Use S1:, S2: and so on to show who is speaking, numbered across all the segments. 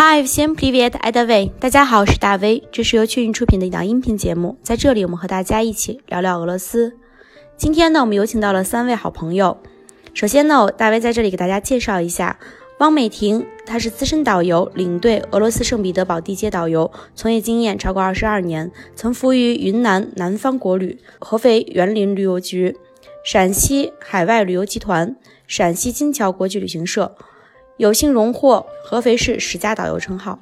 S1: Hi, всем привет, I d a v 大家好，我是大 V，这是由雀云出品的一档音频节目，在这里我们和大家一起聊聊俄罗斯。今天呢，我们有请到了三位好朋友。首先呢，大 V 在这里给大家介绍一下汪美婷，她是资深导游，领队俄罗斯圣彼得堡地接导游，从业经验超过二十二年，曾服务于云南南方国旅、合肥园林旅游局、陕西海外旅游集团、陕西金桥国际旅行社。有幸荣获合肥市十佳导游称号。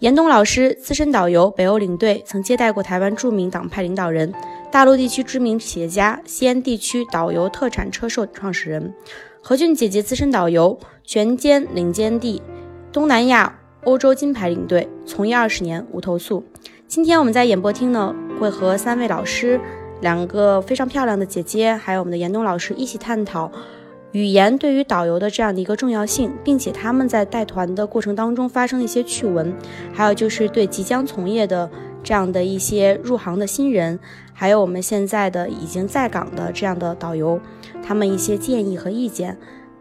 S1: 严冬老师，资深导游，北欧领队，曾接待过台湾著名党派领导人、大陆地区知名企业家、西安地区导游特产车社创始人。何俊姐姐，资深导游，全歼领歼地、东南亚、欧洲金牌领队，从业二十年，无投诉。今天我们在演播厅呢，会和三位老师、两个非常漂亮的姐姐，还有我们的严冬老师一起探讨语言对于导游的这样的一个重要性，并且他们在带团的过程当中发生的一些趣闻，还有就是对即将从业的这样的一些入行的新人，还有我们现在的已经在岗的这样的导游，他们一些建议和意见，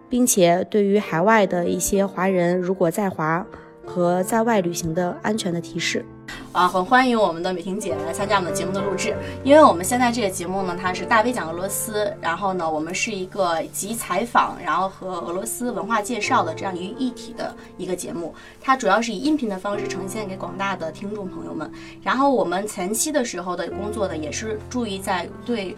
S1: 并且对于海外的一些华人如果在华和在外旅行的安全的提示。
S2: 啊，很欢迎我们的美婷姐来参加我们节目的录制，因为我们现在这个节目呢，它是大 V 讲俄罗斯，然后呢，我们是一个集采访，然后和俄罗斯文化介绍的这样一个一体的呃一个节目，它主要是以音频的方式呈现给广大的听众朋友们。然后我们前期的时候的工作呢，也是注意在对。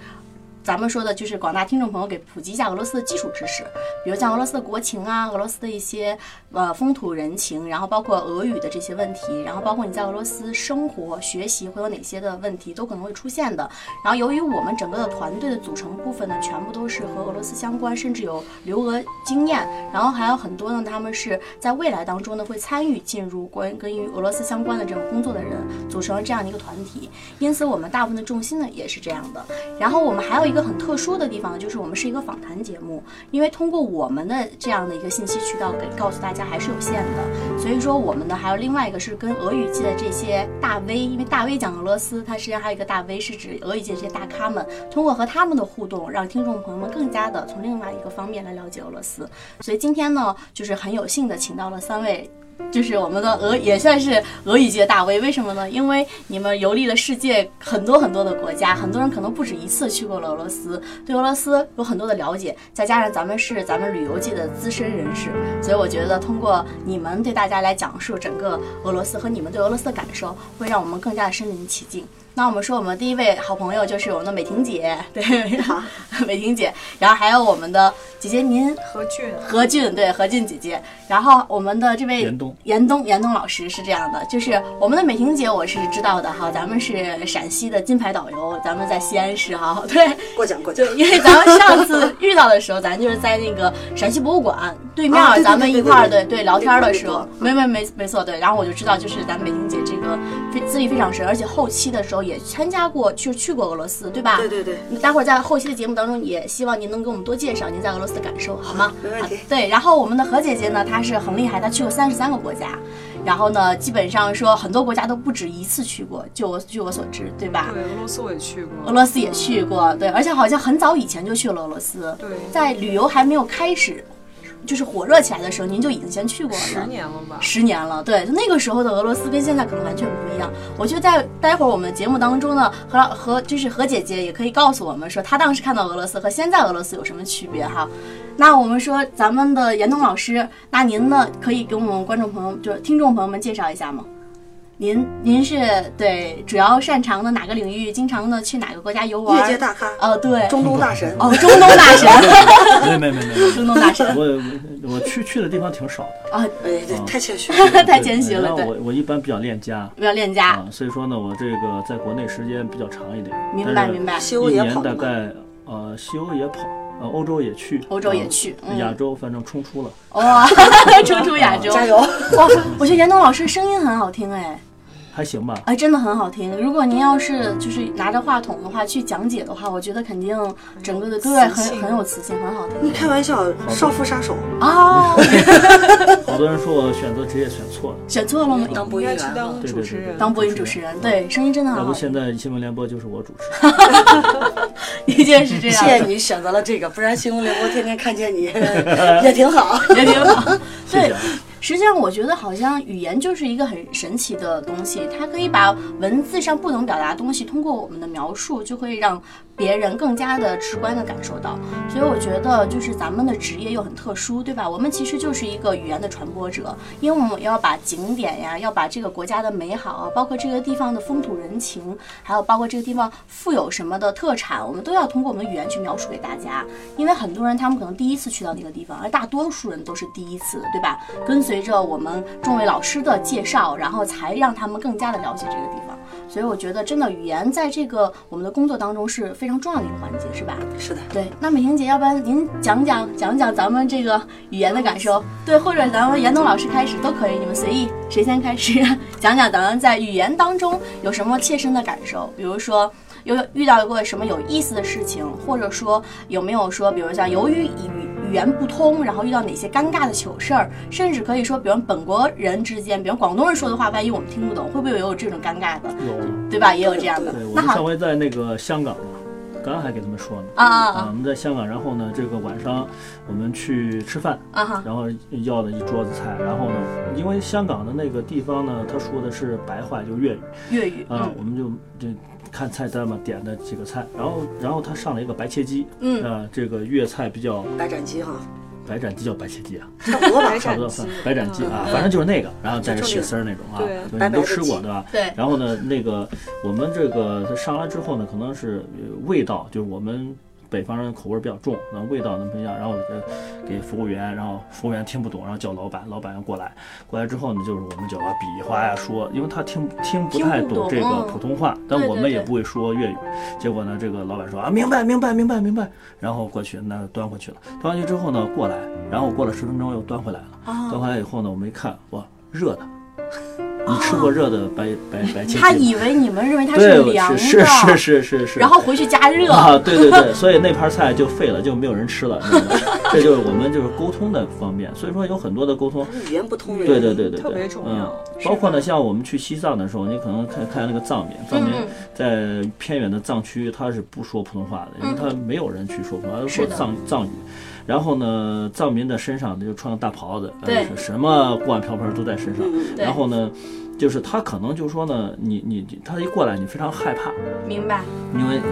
S2: 咱们说的就是广大听众朋友给普及一下俄罗斯的基础知识，比如像俄罗斯的国情啊，俄罗斯的一些呃风土人情，然后包括俄语的这些问题，然后包括你在俄罗斯生活、学习会有哪些的问题，都可能会出现的。然后由于我们整个的团队的组成部分呢，全部都是和俄罗斯相关，甚至有留俄经验，然后还有很多呢，他们是在未来当中呢会参与进入关跟于俄罗斯相关的这种工作的人，组成了这样的一个团体。因此，我们大部分的重心呢也是这样的。然后我们还有一个很特殊的地方，就是我们是一个访谈节目，因为通过我们的这样的一个信息渠道给告诉大家还是有限的，所以说我们呢还有另外一个是跟俄语界的这些大 V，因为大 V 讲俄罗斯，它实际上还有一个大 V 是指俄语界这些大咖们，通过和他们的互动，让听众朋友们更加的从另外一个方面来了解俄罗斯。所以今天呢，就是很有幸的请到了三位就是我们的俄也算是俄语界大 V，为什么呢？因为你们游历了世界很多很多的国家，很多人可能不止一次去过了俄罗斯，对俄罗斯有很多的了解，再加上咱们是咱们旅游界的资深人士，所以我觉得通过你们对大家来讲述整个俄罗斯和你们对俄罗斯的感受，会让我们更加的身临其境。那我们说，我们第一位好朋友就是我们的美婷姐，对，好，美婷姐，然后还有我们的姐姐您
S3: 何俊，
S2: 何俊，对何俊姐姐，然后我们的这位
S4: 严冬
S2: 严冬严冬老师是这样的，就是我们的美婷姐我是知道的哈，咱们是陕西的金牌导游，咱们在西安市哈，对
S3: 过奖过奖。
S2: 对，因为咱们上次遇到的时候，咱就是在那个陕西博物馆对面，
S3: 啊对对
S2: 咱们一块儿
S3: 对
S2: 对
S3: 对
S2: 对聊天的时
S3: 那
S2: 候
S3: 个，
S2: 没没没没错对，然后我就知道就是咱们美婷姐这个非资历非常深，而且后期的时候也参加过，去去过俄罗斯对吧？
S3: 对对对，
S2: 待会儿在后期的节目当中，也希望您能给我们多介绍您在俄罗斯的感受，好吗？
S3: 没问题
S2: 啊对，然后我们的何姐姐呢，她是很厉害，她去过三十三个国家，然后呢，基本上说很多国家都不止一次去过，就我据我所知，对吧？
S3: 对，俄罗斯我也去过。
S2: 俄罗斯也去过，对，而且好像很早以前就去了俄罗斯，
S3: 对
S2: 在旅游还没有开始，就是火热起来的时候，您就已经先去过了。
S3: 十年了吧？
S2: 十年了，对，就那个时候的俄罗斯跟现在可能完全不一样。我觉得在待会儿我们节目当中呢，何老何就是何姐姐也可以告诉我们说，她当时看到俄罗斯和现在俄罗斯有什么区别哈。那我们说咱们的严冬老师，那您呢可以给我们观众朋友就是听众朋友们介绍一下吗？您您是对主要擅长的哪个领域？经常的去哪个国家游玩？
S3: 越界大咖，
S2: 哦，对，
S3: 中东大神。
S2: 哦，中东大神，
S4: 没没没没没，
S2: 中东大神，
S4: 我我我去去的地方挺少的，
S2: 啊，
S3: 哎，对，太谦虚了。
S2: 太谦虚了，
S4: 然后
S2: 对，
S4: 我我一般比较恋家
S2: 不要恋家，
S4: 啊，所以说呢，我这个在国内时间比较长一点，
S2: 明白
S4: 但是
S2: 明白，
S3: 西欧
S4: 一
S3: 也
S4: 年
S3: 跑
S4: 大
S3: 了嘛，
S4: 概呃西欧也跑，呃欧洲也去，
S2: 欧洲也
S4: 啊
S2: 去，嗯。
S4: 亚洲反正冲出了，
S2: 哇， 冲出亚洲！
S3: 加油！
S2: 哇，我觉得严冬老师声音很好听哎，
S4: 还行吧。
S2: 哎，真的很好听。如果您要是就是拿着话筒的话去讲解的话，我觉得肯定整个的对
S3: 磁
S2: 很
S3: 性
S2: 很有磁性，很好
S3: 你
S2: 听
S3: 开玩笑，少妇杀手
S2: 哦。
S4: 好多人说我选择职业选错了，
S2: 选错了吗？
S3: 当播
S5: 应
S3: 音
S5: 该
S3: 员
S5: 去
S3: 了
S5: 当
S4: 对
S5: 主
S4: 对
S5: 持
S4: 对
S5: 人，
S2: 当播音主持人，对，声音真的
S4: 要
S2: 很好
S4: 不
S2: 听，
S4: 现在新闻联播就是我主持。
S2: 的确是这样
S3: 谢谢
S2: 的，
S3: 你选择了这个，不然新闻联播天天看见你也挺好。
S2: 也挺好。
S4: 谢
S2: 对
S4: 谢啊，
S2: 实际上，我觉得好像语言就是一个很神奇的东西，它可以把文字上不能表达的东西，通过我们的描述，就会让别人更加的直观的感受到。所以我觉得，就是咱们的职业又很特殊，对吧？我们其实就是一个语言的传播者，因为我们要把景点呀，要把这个国家的美好啊，包括这个地方的风土人情，还有包括这个地方富有什么的特产，我们都要通过我们的语言去描述给大家。因为很多人他们可能第一次去到那个地方，而大多数人都是第一次，对吧？跟随着我们众位老师的介绍，然后才让他们更加的了解这个地方。所以我觉得，真的语言在这个我们的工作当中是非常重要的一个环节，是吧？
S3: 是的，
S2: 对，那美婷姐，要不然您讲讲讲讲咱们这个语言的感受，对，或者咱们严冬老师开始都可以，你们随意，谁先开始讲讲咱们在语言当中有什么切身的感受，比如说有遇到过什么有意思的事情，或者说有没有说，比如像由于语语言不通，然后遇到哪些尴尬的糗事儿，甚至可以说，比如本国人之间，比如广东人说的话，万一我们听不懂，会不会也有这种尴尬的，
S4: 有，
S2: 对吧？也有这样的
S4: 对，我
S2: 那
S4: 们
S2: 好
S4: 上回在那个香港嘛，刚刚还给他们说呢。
S2: 啊啊
S4: 啊，我们在香港，然后呢，这个晚上我们去吃饭，
S2: 啊哈
S4: 然后要了一桌子菜，然后呢，因为香港的那个地方呢，他说的是白话，就是粤语
S2: 粤语，
S4: 啊，我们就就看菜单嘛，点的几个菜，然后然后他上了一个白切鸡，
S2: 嗯
S4: 啊，这个粤菜比较
S3: 白斩鸡哈，
S4: 白斩鸡叫白切鸡啊，。
S3: 差不多吧
S5: 嗯
S4: 差不多算白斩鸡啊，反正就是那个，然后带着血丝儿那种啊，
S3: 对
S4: 你们
S3: 白白
S4: 都
S3: 的
S4: 吃
S3: 鸡
S4: 过对吧？
S2: 对
S4: 然后呢，那个我们这个它上来之后呢，可能是呃味道，就是我们北方人口味比较重，那味道那不一样。然后呃给服务员，然后服务员听不懂，然后叫老板，老板要过来，过来之后呢，就是我们就要比划呀说，因为他听听不太
S2: 听不懂
S4: 这个
S2: 嗯
S4: 普通话，但
S2: 对
S4: 我
S2: 对
S4: 们也
S2: 对
S4: 不会说粤语。结果呢，这个老板说啊，明白明白明白明白，然后过去那端回去了，端回去之后呢，过来，然后过了十分钟又端回来了，
S2: 嗯
S4: 端回来以后呢，我们一看，哇，热的。你吃过热的白白白切鸡
S2: 哦
S4: 吗？
S2: 他以为你们认为它
S4: 对，
S2: 凉的，
S4: 是是是是是。
S2: 然后回去加热。
S4: 啊，对对对，所以那盘菜就废了，就没有人吃了，你知道吗 这就是我们就是沟通的方面。所以说有很多的沟通，
S3: 语言不通的
S4: 对对
S3: 人
S4: 对对对，
S3: 特别重
S4: 嗯
S3: 要。，
S4: 包括呢，像我们去西藏的时候，你可能看看那个藏民，藏民
S2: 嗯
S4: 在偏远的藏区他是不说普通话的，因为他没有人去说普通话，他都说
S2: 嗯是的
S4: 藏藏语。然后呢，藏民的身上就穿个大袍子，呃
S2: 对
S4: 是什么锅碗瓢盆都在身上。
S2: 对
S4: 然后呢，就是他可能就说呢，你你你他一过来，你非常害怕，
S2: 明白，
S4: 因为人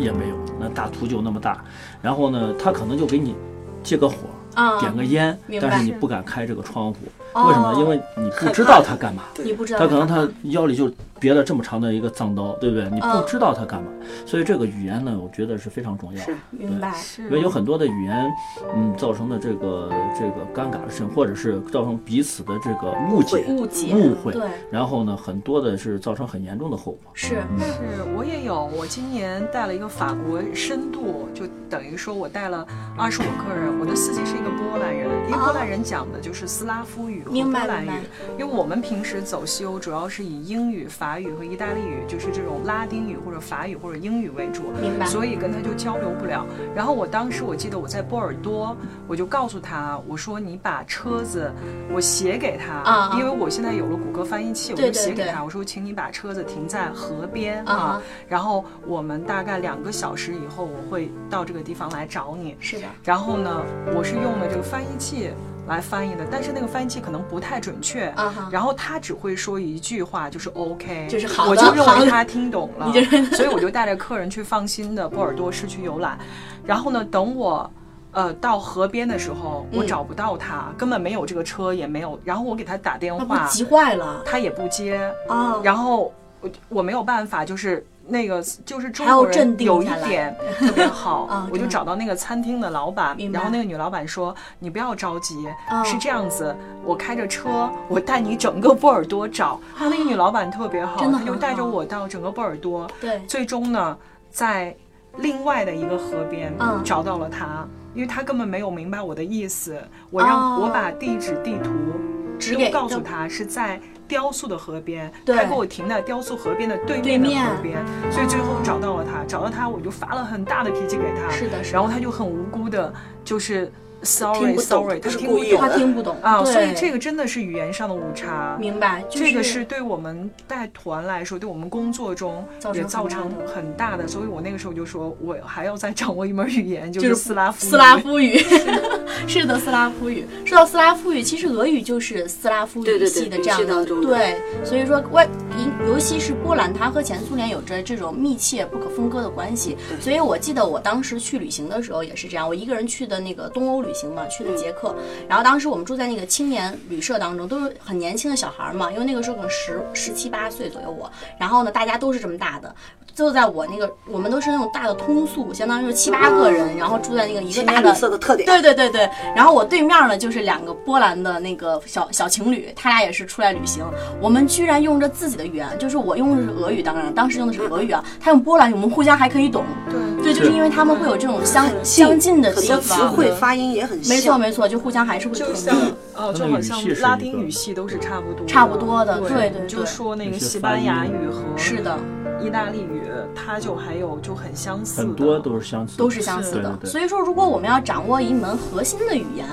S4: 也没有，那大图就那么大。然后呢，他可能就给你借个火，
S2: 啊
S4: 点个烟，
S2: 明白
S4: 但是你不敢开这个窗户，
S2: 哦
S4: 为什么？因为你不知道他干嘛。
S2: 你不知道
S4: 他可能他腰里就别了这么长的一个藏刀，对不对？你
S2: 嗯
S4: 不知道他干嘛，所以这个语言呢，我觉得是非常重要。
S3: 是
S2: 明白，
S3: 是
S4: 因为有很多的语言，嗯，造成的这个这个尴尬的事情，或者是造成彼此的这个误解、
S2: 误解
S4: 误会
S2: 对，
S4: 然后呢，很多的是造成很严重的后果。
S2: 是
S3: 是我也有，我今年带了一个法国深度，就等于说我带了二十五个人。我的司机是一个波兰人，因为波兰人讲的就是斯拉夫语和波
S2: 明白
S3: 兰语
S2: 明白。
S3: 因为我们平时走西欧主要是以英语、法语和意大利语，就是这种拉丁语或者法语或者英语为主。
S2: 明白
S3: 所以跟他就交流不了。然后我当时我记得我在波尔多，我就告诉他，我说你把车子，我写给他，
S2: 啊啊
S3: 因为我现在有了谷歌翻译器，我
S2: 对
S3: 就
S2: 对
S3: 写给
S2: 对
S3: 他，我说请你把车子停在河边
S2: 啊啊
S3: 啊，然后我们大概两个小时以后我会到这个地方来找你。
S2: 是的，
S3: 然后呢，我是用了这个翻译器来翻译的，但是那个翻译器可能不太准确。
S2: 啊哈
S3: 然后他只会说一句话，就是 OK，
S2: 就是好的
S3: 我就认
S2: 好
S3: 为
S2: 的
S3: 他听懂了，
S2: 你就认
S3: 所以我就带着客人去放心的波尔多市区游览。然后呢，等我。呃，到河边的时候，我
S2: 嗯
S3: 找不到他，根本没有这个车，也没有。然后我给他打电
S2: 那不
S3: 话，
S2: 急坏了
S3: 他也不接。
S2: 啊，
S3: 然后我我没有办法，就是那个就是中
S2: 还要
S3: 国人
S2: 镇定
S3: 有一
S2: 下来
S3: 点特别
S2: 啊
S3: 好，我
S2: 真
S3: 就
S2: 的
S3: 找到那个餐厅的老板
S2: 明，白
S3: 然后那个女老板说：“你不要着急
S2: 啊，
S3: 是这样子，我开着车，我带你整个波尔多找。”然后那个女老板特别好，
S2: 真的
S3: 她就
S2: 很
S3: 带着
S2: 好
S3: 我到整个波尔多，
S2: 对，
S3: 最终呢，在另外的一个河边
S2: 嗯
S3: 找到了他，因为他根本没有明白我的意思，我让
S2: 哦
S3: 我把地址地图。
S2: 指
S3: 都
S2: 给
S3: 告诉他是在雕塑的河边，
S2: 对
S3: 他给我停在雕塑河边的对
S2: 对
S3: 面的
S2: 面
S3: 河边，所以最后找到了他，找到他我就发了很大的脾气给他，
S2: 是的，是的
S3: 然后他就很无辜的，就是 sorry
S2: 不懂
S3: sorry，
S5: 不
S3: 他
S5: 是
S3: 听
S5: 故
S3: 不
S5: 意
S3: 懂
S2: 他
S5: 的
S2: 听不懂
S3: 啊，所以
S2: 对
S3: 这个真的是语言上的误差。
S2: 明白，就
S3: 这个是对我们带团来说，对我们工作中
S2: 造成
S3: 也
S2: 很
S3: 造
S2: 大
S3: 成
S2: 的
S3: 很大的，所以我那个时候就说，我还要再掌握一门语言，就
S2: 就是
S3: 是斯拉夫语。
S2: 斯拉夫语， 是的，斯拉夫语。说到斯拉夫语，其实俄语就是斯拉夫
S5: 对
S2: 语
S5: 对对
S2: 系的
S5: 语
S2: 这样
S5: 系
S2: 的
S5: 当中的
S2: 所以说外，尤其是波兰，它和前苏联有着这种密切不可分割的关系。所以我记得我当时去旅行的时候也是这样，我一个人去的那个东欧旅行嘛，去的捷克，然后当时我们住在那个青年旅社当中，都是很年轻的小孩儿嘛，因为那个时候可能十十七八岁左右我，然后呢，大家都是这么大的。就在我那个，我们都是那种大的通宿，相当于是七八个人，然后住在那个一个
S5: 哦青
S2: 大
S5: 年
S2: 的
S5: 旅社的特点，
S2: 对对对对，然后我对面呢就是两个波兰的那个小小情侣，他俩也是出来旅行，我们居然用着自己的语言，就是我用的是俄语，当然当时用的是俄语啊，他用波兰语，我们互相还可以懂。
S3: 对，
S2: 对，就是因为他们会有这种相相近的
S5: 很
S2: 地
S5: 多词
S2: 方，
S5: 汇发音也很像。
S2: 没错没错，就互相还是会懂
S3: 就
S2: 的
S3: 像哦，就
S4: 它那
S3: 好
S4: 个语
S3: 像
S4: 系是
S3: 拉
S4: 一
S3: 丁
S4: 个
S3: 语系都是差不多的，
S2: 差不多的对对
S3: 你就
S2: 对
S3: 说那
S4: 有
S3: 个
S4: 些嗯
S3: 西
S4: 发
S3: 班牙
S4: 音
S3: 语和
S2: 是的，
S3: 意大利语，它就还有就很相似的，
S4: 很多都是相似的，
S2: 都是相似的
S4: 对。对对
S2: 所以说，如果我们要掌握一门核心的语言，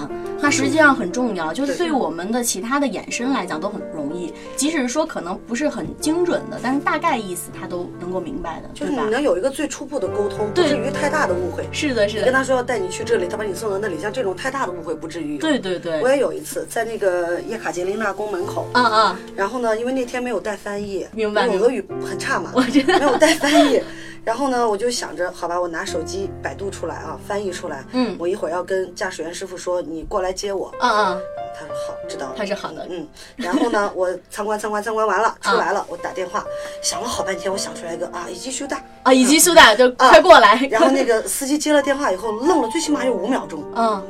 S2: 那实际上很重要，就是对我们的其他的衍生来讲都很容易。即使说可能不是很精准的，但是大概意思他都能够明白的，
S5: 就
S2: 对
S5: 是
S2: 吧
S5: 你？能有一个最初步的沟通，不
S2: 对
S5: 至于太大的误会。
S2: 是的，是
S5: 你跟
S2: 的，
S5: 他说要带你去这里，他把你送到那里，像这种太大的误会不至于有。
S2: 对对
S5: 我
S2: 对，
S5: 也有一次在那个叶卡捷琳娜宫门口，
S2: 嗯嗯，
S5: 然后呢，因为那天没有带翻译，
S2: 明白
S5: 因为
S2: 明白
S5: 我俄语很 差嘛，
S2: 我知道
S5: 没有带翻译。然后呢，我就想着，好吧，我拿手机百度出来啊，翻译出来。
S2: 嗯
S5: 我一会儿要跟驾驶员师傅说，你过来接我。
S2: 嗯嗯，
S5: 他说好，知道了。
S2: 他是好的，
S5: 嗯，然后呢，我参观参观参观完了，出来了，我打电话，想了好半天，我想出来一个啊，一句休蛋。
S2: 啊，以及苏打
S5: 嗯
S2: 就快过来，
S5: 然后那个司机接了电话以后愣了，最起码有五秒钟。
S2: 嗯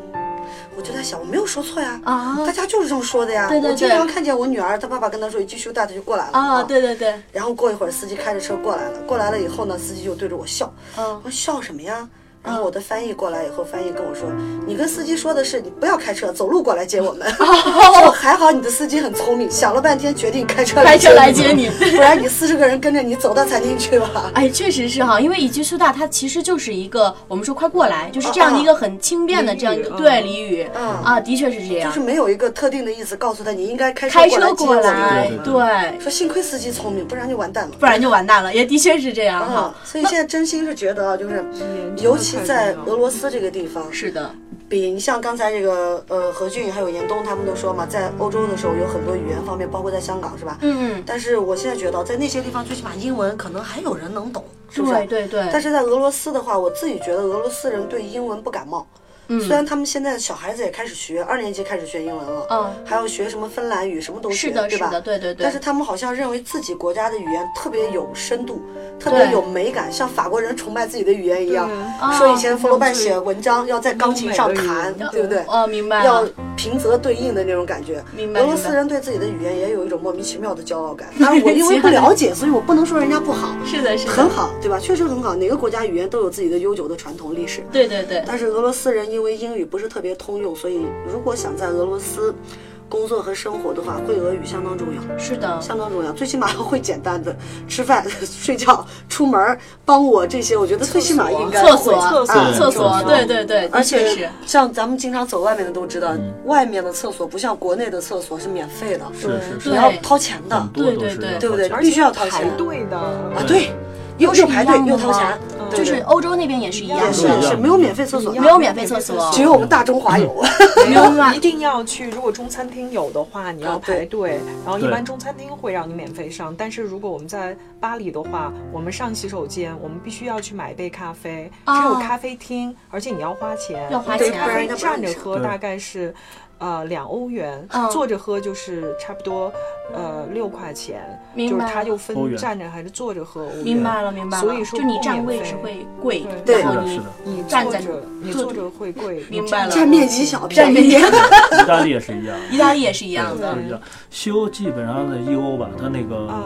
S5: 我就在想，我没有说错呀，
S2: 啊
S5: 大家就是这么说的呀。
S2: 对对
S5: 我经
S2: 对
S5: 常看见我女儿，她爸爸跟她说一句休蛋，她就过来了
S2: 啊，对对对，
S5: 然后过一会儿，司机开着车过来了。过来了以后呢，司机就对着我笑。
S2: 嗯
S5: 我说笑什么呀？然后我的翻译过来以后，翻译跟我说：“你跟司机说的是你不要开车，走路过来接 我们。我还好你的司机很聪明，想了半天决定开车
S2: 开车来接
S5: 接
S2: 你。
S5: 不然你四十个人跟着你走到餐厅去吧。
S2: 哎，确实是哈，因为一句苏大，它其实就是一个我们说快过来，就是
S5: 哦
S2: 这样的一个很轻便的这样一个
S3: 俚语
S2: 对
S3: 嗯
S2: 俚语
S5: 嗯
S2: 啊，的确是这
S5: 哦就
S2: 样
S5: 是，没有一个特定的意思告诉他你应该开车
S2: 啊开
S5: 过
S2: 车
S5: 来接
S2: 过
S5: 我
S2: 来
S5: 们。
S4: 对，对
S2: 对，
S5: 说幸亏司机聪明，不然就完蛋了。
S2: 不然就完蛋了，也的确是这样
S5: 啊
S2: 哈，，
S5: 所以现在真心是觉得啊，就是
S2: 嗯
S3: 言真的
S5: 尤其
S3: 太重
S5: 在
S3: 要
S5: 俄罗斯这个地 方，
S2: 是的，
S5: 比你像刚才这个呃何俊还有严冬他们都说嘛，在欧洲的时候有很多语言方面，包括在香港是吧？
S2: 嗯嗯，
S5: 但是我现在觉得在那些地方，最起码英文可能还有人能懂，是不是？
S2: 对对对，
S5: 但是在俄罗斯的话，我自己觉得俄罗斯人对英文不感冒。
S2: 嗯
S5: 虽然他们现在小孩子也开始学，二年级开始学英文了，
S2: 嗯，
S5: 还要学什么芬兰语，什么都学，
S2: 是的，
S5: 对
S2: 是
S5: 吧？
S2: 的，对对对，
S5: 但是他们好像认为自己国家的语言特别有深度，特别有美感，像法国人崇拜自己的语言一样。
S2: 啊
S5: 说以前福楼拜写文章要在钢琴上弹
S3: 优美的语，言
S5: 对不对？
S2: 哦，明白
S5: 要
S2: 了，
S5: 平仄对应的那种感觉。
S2: 明白
S5: 俄罗斯人对自己的语言也有一种莫名其妙的骄傲 感。当然，我因为不了解，所以我不能说人家不好，
S2: 是的，是的，
S5: 很好，对吧？确实很好。哪个国家语言都有自己的悠久的传统历史。
S2: 对对对，
S5: 但是俄罗斯人因为英语不是特别通用，所以如果想在俄罗斯工作和生活的话，会俄语相当重要。
S2: 是的，
S5: 相当重要，最起码会简单的吃饭、 睡觉、出门儿、帮我这些，我觉得最起码应该
S2: 厕
S5: 会
S2: 所，
S3: 厕所
S2: 啊厕
S4: 厕
S2: 所，
S4: 所
S2: 对对对，的
S5: 而
S2: 确
S5: 且
S2: 是，
S5: 像咱们经常走外面的都知道，外面的厕所不像国内的厕所是免费的，
S4: 是是是
S2: 对，
S5: 你要掏钱的
S4: 很，多都
S2: 对
S4: 是
S2: 对
S4: 要
S5: 对不对
S4: 靠
S3: 而
S4: 前
S5: 必
S3: 且
S5: 须要掏
S3: 排
S5: 钱
S3: 队的。
S5: 啊，对，又
S2: 都是
S5: 又
S2: 一
S5: 排队
S2: 样的
S5: 又掏
S2: 吗
S5: 钱，
S2: 就
S5: 对
S2: 是欧洲那边也是一样
S5: 也
S4: 都
S5: 是
S4: 一样
S5: 是没有免费厕所，
S2: 没有免费厕所，
S5: 只有我们大中华有。
S2: 没有 吧
S3: 一定要去。如果中餐厅有的话，你要
S5: 啊对
S3: 排队。然后一
S4: 对
S3: 般中餐厅会让你免费上，但是如果我们在巴黎的话，我们上洗手间，我们必须要去买一杯咖啡，只有
S2: 哦
S3: 咖啡厅，而且你要花钱。
S2: 要花
S3: 对
S2: 钱
S3: 咖
S5: 不然
S3: 啡
S5: 人家不让
S3: 站着
S5: 你
S3: 喝
S4: 上
S3: 大概是。呃，两欧元，
S2: 嗯
S3: 坐着喝就是差不多，呃，六块钱，
S2: 明
S3: 就是
S2: 白
S3: 它
S2: 了
S3: 就
S4: 欧
S3: 分
S4: 元
S3: 站着还是坐着喝欧元。
S2: 明白了，明白了。
S3: 所以说
S2: 就你
S3: 不
S2: 站
S3: 免
S2: 位
S3: 费
S2: 是会贵，
S5: 对
S2: 然
S4: 是
S2: 后
S4: 的
S2: 你
S4: 是的
S3: 你
S2: 站
S3: 坐
S2: 在
S3: 着，你
S2: 坐
S3: 坐着会贵。你
S2: 明白
S3: 站着
S2: 了
S5: 占面积小，
S2: 站
S5: 占面
S2: 面
S5: 积
S2: 积。
S4: 意大利也是一样。
S2: 意大利也是 一样的，
S4: 都是一样，西欧基本上在一欧吧，它那个
S2: 嗯
S3: 啊，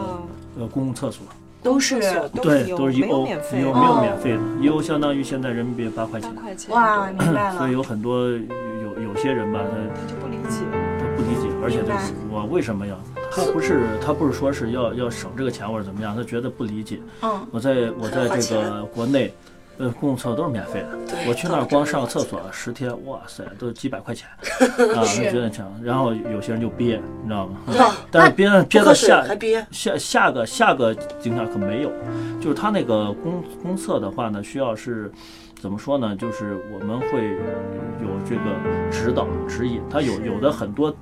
S4: 呃公共厕所，
S2: 都是
S3: 厕所都
S4: 对
S3: 是，
S4: 都是一
S3: 没有
S4: 欧，
S3: 免
S4: 一
S3: 费
S4: 欧
S3: 的，
S4: 没有
S2: 哦
S4: 免费的，一欧相当于现在人民币八块
S3: 八
S4: 钱，
S3: 块钱。
S2: 哇，
S3: 对
S2: 明白
S4: 所以
S2: 了，
S4: 有很多有有些人吧，他
S3: 他就不理解。
S4: 他不理解，而且
S2: 明白
S4: 他我为什么要？他不是他不是说是要要省这个钱或者怎么样，他觉得不理解。
S2: 嗯，
S4: 我在我在
S5: 花
S4: 这个
S5: 钱
S4: 国内，呃，公共厕所都是免费的。
S5: 对
S4: 我去那儿光上个厕所十天，哇塞，都是几百块钱啊，我觉得强。然后有些人就憋，你知道吗？ 但是憋憋
S5: 啊不
S4: 到
S5: 喝水
S4: 嗯下
S5: 还憋，
S4: 下下个下个景点可没有，就是它那个公公厕的话呢，需要是怎么说呢？就是我们会有这个指导指引，它有有的很多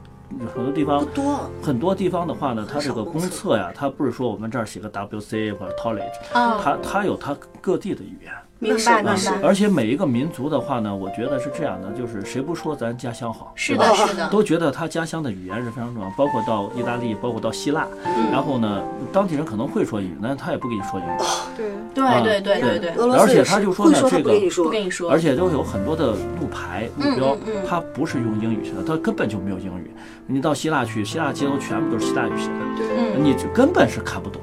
S4: 很多地方
S5: 不多，
S4: 很多地方的话呢，它这个
S5: 很少公
S4: 公
S5: 厕
S4: 厕呀，它不是说我们这儿写个 WC 或者 toilet，
S2: 啊，
S4: 它它有它各地的语言。啊
S2: 明白
S5: 那
S2: 明
S5: 是
S2: 白，
S4: 而且每一个民族的话呢，我觉得是这样的，就是谁不说咱家乡好，
S2: 是
S4: 对吧
S2: 的， 是的，
S4: 都觉得他家乡的语言是非常重要，包括到意大利，包括到希腊，
S2: 嗯
S4: 然后呢，当地人可能会说英语，但是他也不跟你说英
S2: 哦
S4: 语，
S3: 对，
S4: 啊
S2: 对对对对对，
S5: 俄罗斯
S4: 而且
S5: 也是
S4: 他就说
S5: 会
S4: 呢
S5: 说他
S4: 这
S5: 不跟你
S4: 个。
S2: 不
S5: 说，
S2: 跟你说，
S4: 而且都有很多的路牌、
S2: 嗯
S4: 路标
S2: 嗯嗯，
S4: 它不是用英语写的，它根本就没有英语。你到希腊去，希腊街头全部都是希腊语写的，
S3: 啊
S2: 嗯，
S4: 你就根本是看不懂，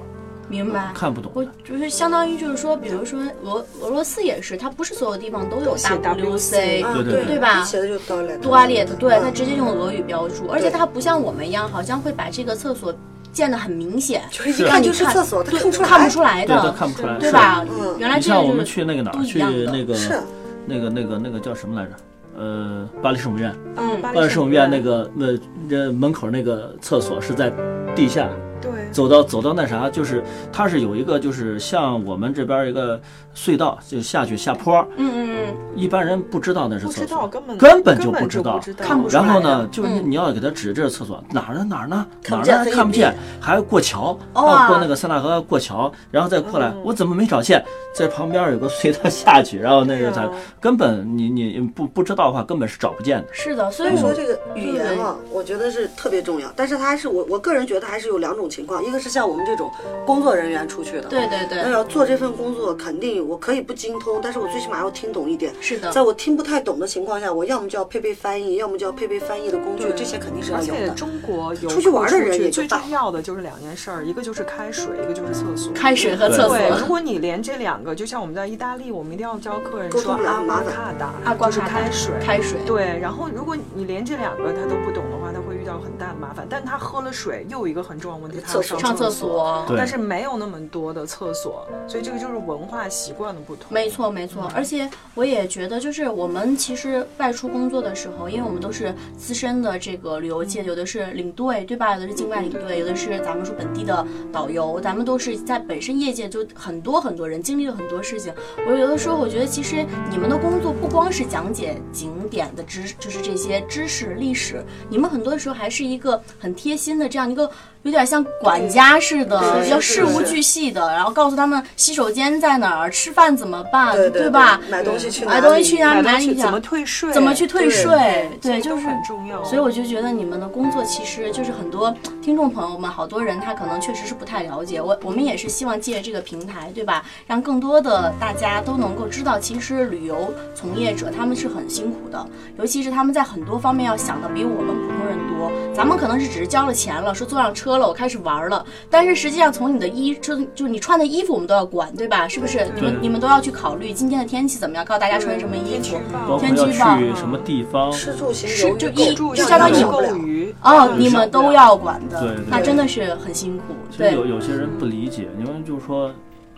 S2: 明白。
S4: 看不懂
S2: 我
S4: 的。
S2: 就是相当于就是说，比如说俄俄罗斯也是，它不是所有地方都有
S3: 写
S2: WC，
S5: 啊
S4: 对对
S5: 对
S2: 对吧
S5: 你写的就到了，
S2: 多 t 特，对，
S5: 嗯
S2: 它直接用俄语标注，而且它不像我们一样，好像会把这个厕所建得很明显，
S5: 就是一看就是厕所，他
S2: 对
S5: 看不出
S2: 看不出来
S5: 来，
S4: 对，他
S2: 的，
S4: 看不出来，
S2: 对
S4: 是
S2: 吧？
S5: 嗯
S2: 原来
S4: 你
S2: 这个
S4: 像我
S2: 就
S4: 们
S2: 是
S4: 去那个哪
S2: 不
S4: 儿，
S2: 一
S4: 去
S2: 样的
S4: 那个
S5: 是
S4: 那个那个那个叫什么来着？呃，巴黎圣母院，
S2: 嗯
S3: 巴
S4: 巴黎
S3: 黎
S4: 圣母
S3: 母
S4: 院
S3: 院
S4: 那个那这门口那个厕所是在地下，
S3: 对
S4: 走到走到那啥，就是它是有一个就是像我们这边一个隧道，就下去下坡，
S2: 嗯嗯
S4: 一般人不知道那是
S3: 不
S4: 厕
S3: 知道
S4: 所。
S3: 根本
S4: 根本
S3: 就
S4: 就不
S3: 知
S4: 知道
S2: 看不出来
S4: 然后呢，
S2: 的
S4: 就是你要给他指这是厕所，哪儿呢哪儿呢哪
S5: 看
S4: 儿
S5: 不见
S4: 呢
S5: 可以
S4: 看不见
S5: 避，
S4: 还要过桥，还
S2: 哦
S4: 要
S2: 啊
S4: 过那个塞纳河过桥，然后再过来
S3: 嗯，
S4: 我怎么没找见？在旁边有个隧道下去，然后那个
S3: 对
S4: 才
S3: 啊
S4: 根本你你不不知道的话，根本是找不见的。
S2: 是的，所
S5: 所以
S2: 以
S5: 说
S2: 说
S5: 这个语言啊，我觉得是特别重要。但是它还是我我个人觉得还是有两种情况，一个是像我们这种工作人员出去的，
S2: 对对对
S5: 那要做这份工作，肯定我可以不精通，但是我最起码要听懂一点。
S2: 是的
S5: 在我听不太懂的情况下，我要么就要配备翻译，要么就要配备翻译的工具，这些肯定是要
S3: 而
S5: 有
S3: 且
S5: 的。
S3: 中国游
S5: 出去玩的人
S3: 客出去
S5: 也就
S3: 最
S5: 大
S3: 重要的就是两件事儿，一个就是开水，一个就是厕所。
S2: 开水和
S4: 对
S2: 厕
S3: 对，如
S2: 所，
S3: 果你连这两个，就像我们在意大利，我们一定要教客人
S5: 沟
S3: 说
S5: 通不了
S3: 阿
S5: 很
S3: 瓜
S5: 麻烦
S3: 卡达，
S2: 阿瓜
S3: 就是
S2: 卡达
S3: 开水。
S2: 开水，
S3: 对，然后如果你连这两个他都不懂的话，他会遇到很大的麻烦。但他喝了水，又有一个很重要的问题，他要
S5: 厕所
S2: 上
S3: 厕
S2: 厕。所，
S4: 对
S3: 但是没有那么多的厕所，所以这个就是文化习惯的不同。
S2: 没错，没
S5: 嗯
S2: 错，而且我也觉得，就是我们其实外出工作的时候，因为我们都是资深的这个旅游界，有的是领队，对吧？有的是境外领队，有的是咱们说本地的导游，咱们都是在本身业界就很多很多人经历了很多事情。我有的时候我觉得，其实你们的工作不光是讲解景点的知，就是这些知识、历史，你们很多时候还是一个很贴心的这样一个。有点像管家似的，
S5: 是
S2: 要
S5: 是
S2: 事无
S5: 是
S2: 巨细的，然后告诉他们洗手间在哪儿，吃饭怎么办，
S5: 对
S2: 对
S5: 对
S2: 吧？
S5: 买东西去哪
S2: 买
S5: 里？
S2: 东西去哪
S3: 买
S2: 里
S3: 东
S2: 买
S3: 西
S2: 一
S3: 怎
S2: 下
S3: 么，退税？
S2: 怎么去退
S5: 对
S2: 税？对，
S3: 这
S2: 就
S3: 都
S2: 是。
S3: 很重要。
S2: 所以我就觉得你们的工作其实就是很多听众朋友们，好多人他可能确实是不太了解。我我们也是希望借着这个平台，对吧，让更多的大家都能够知道，其实旅游从业者他们是很辛苦的，尤其是他们在很多方面要想的比我们普通人多。咱们可能是只是交了钱了，说坐上车了，我开始玩了，但是实际上从你的衣就就你穿的衣服我们都要管，对吧？是不是？你们
S4: 对
S2: 你们都要去考虑今天的天气怎么样，告诉大家穿什么衣
S3: 哦天气
S2: 服
S3: 预。
S4: 包
S3: 报
S4: 括
S2: 天
S4: 要
S2: 气预报
S4: 去什么地方，
S5: 吃住行
S2: 是
S5: 游
S2: 就
S5: 娱
S2: 一
S5: 购，
S2: 就
S5: 这
S2: 相当于
S5: 样也
S2: 你
S5: 受不
S3: 购
S5: 了。
S3: 鱼
S2: 哦，你们都要管的，
S4: 对对
S2: 那
S4: 对
S2: 真的是很辛苦。
S4: 其实
S2: 对
S4: 有有些人不理解，因为就是说，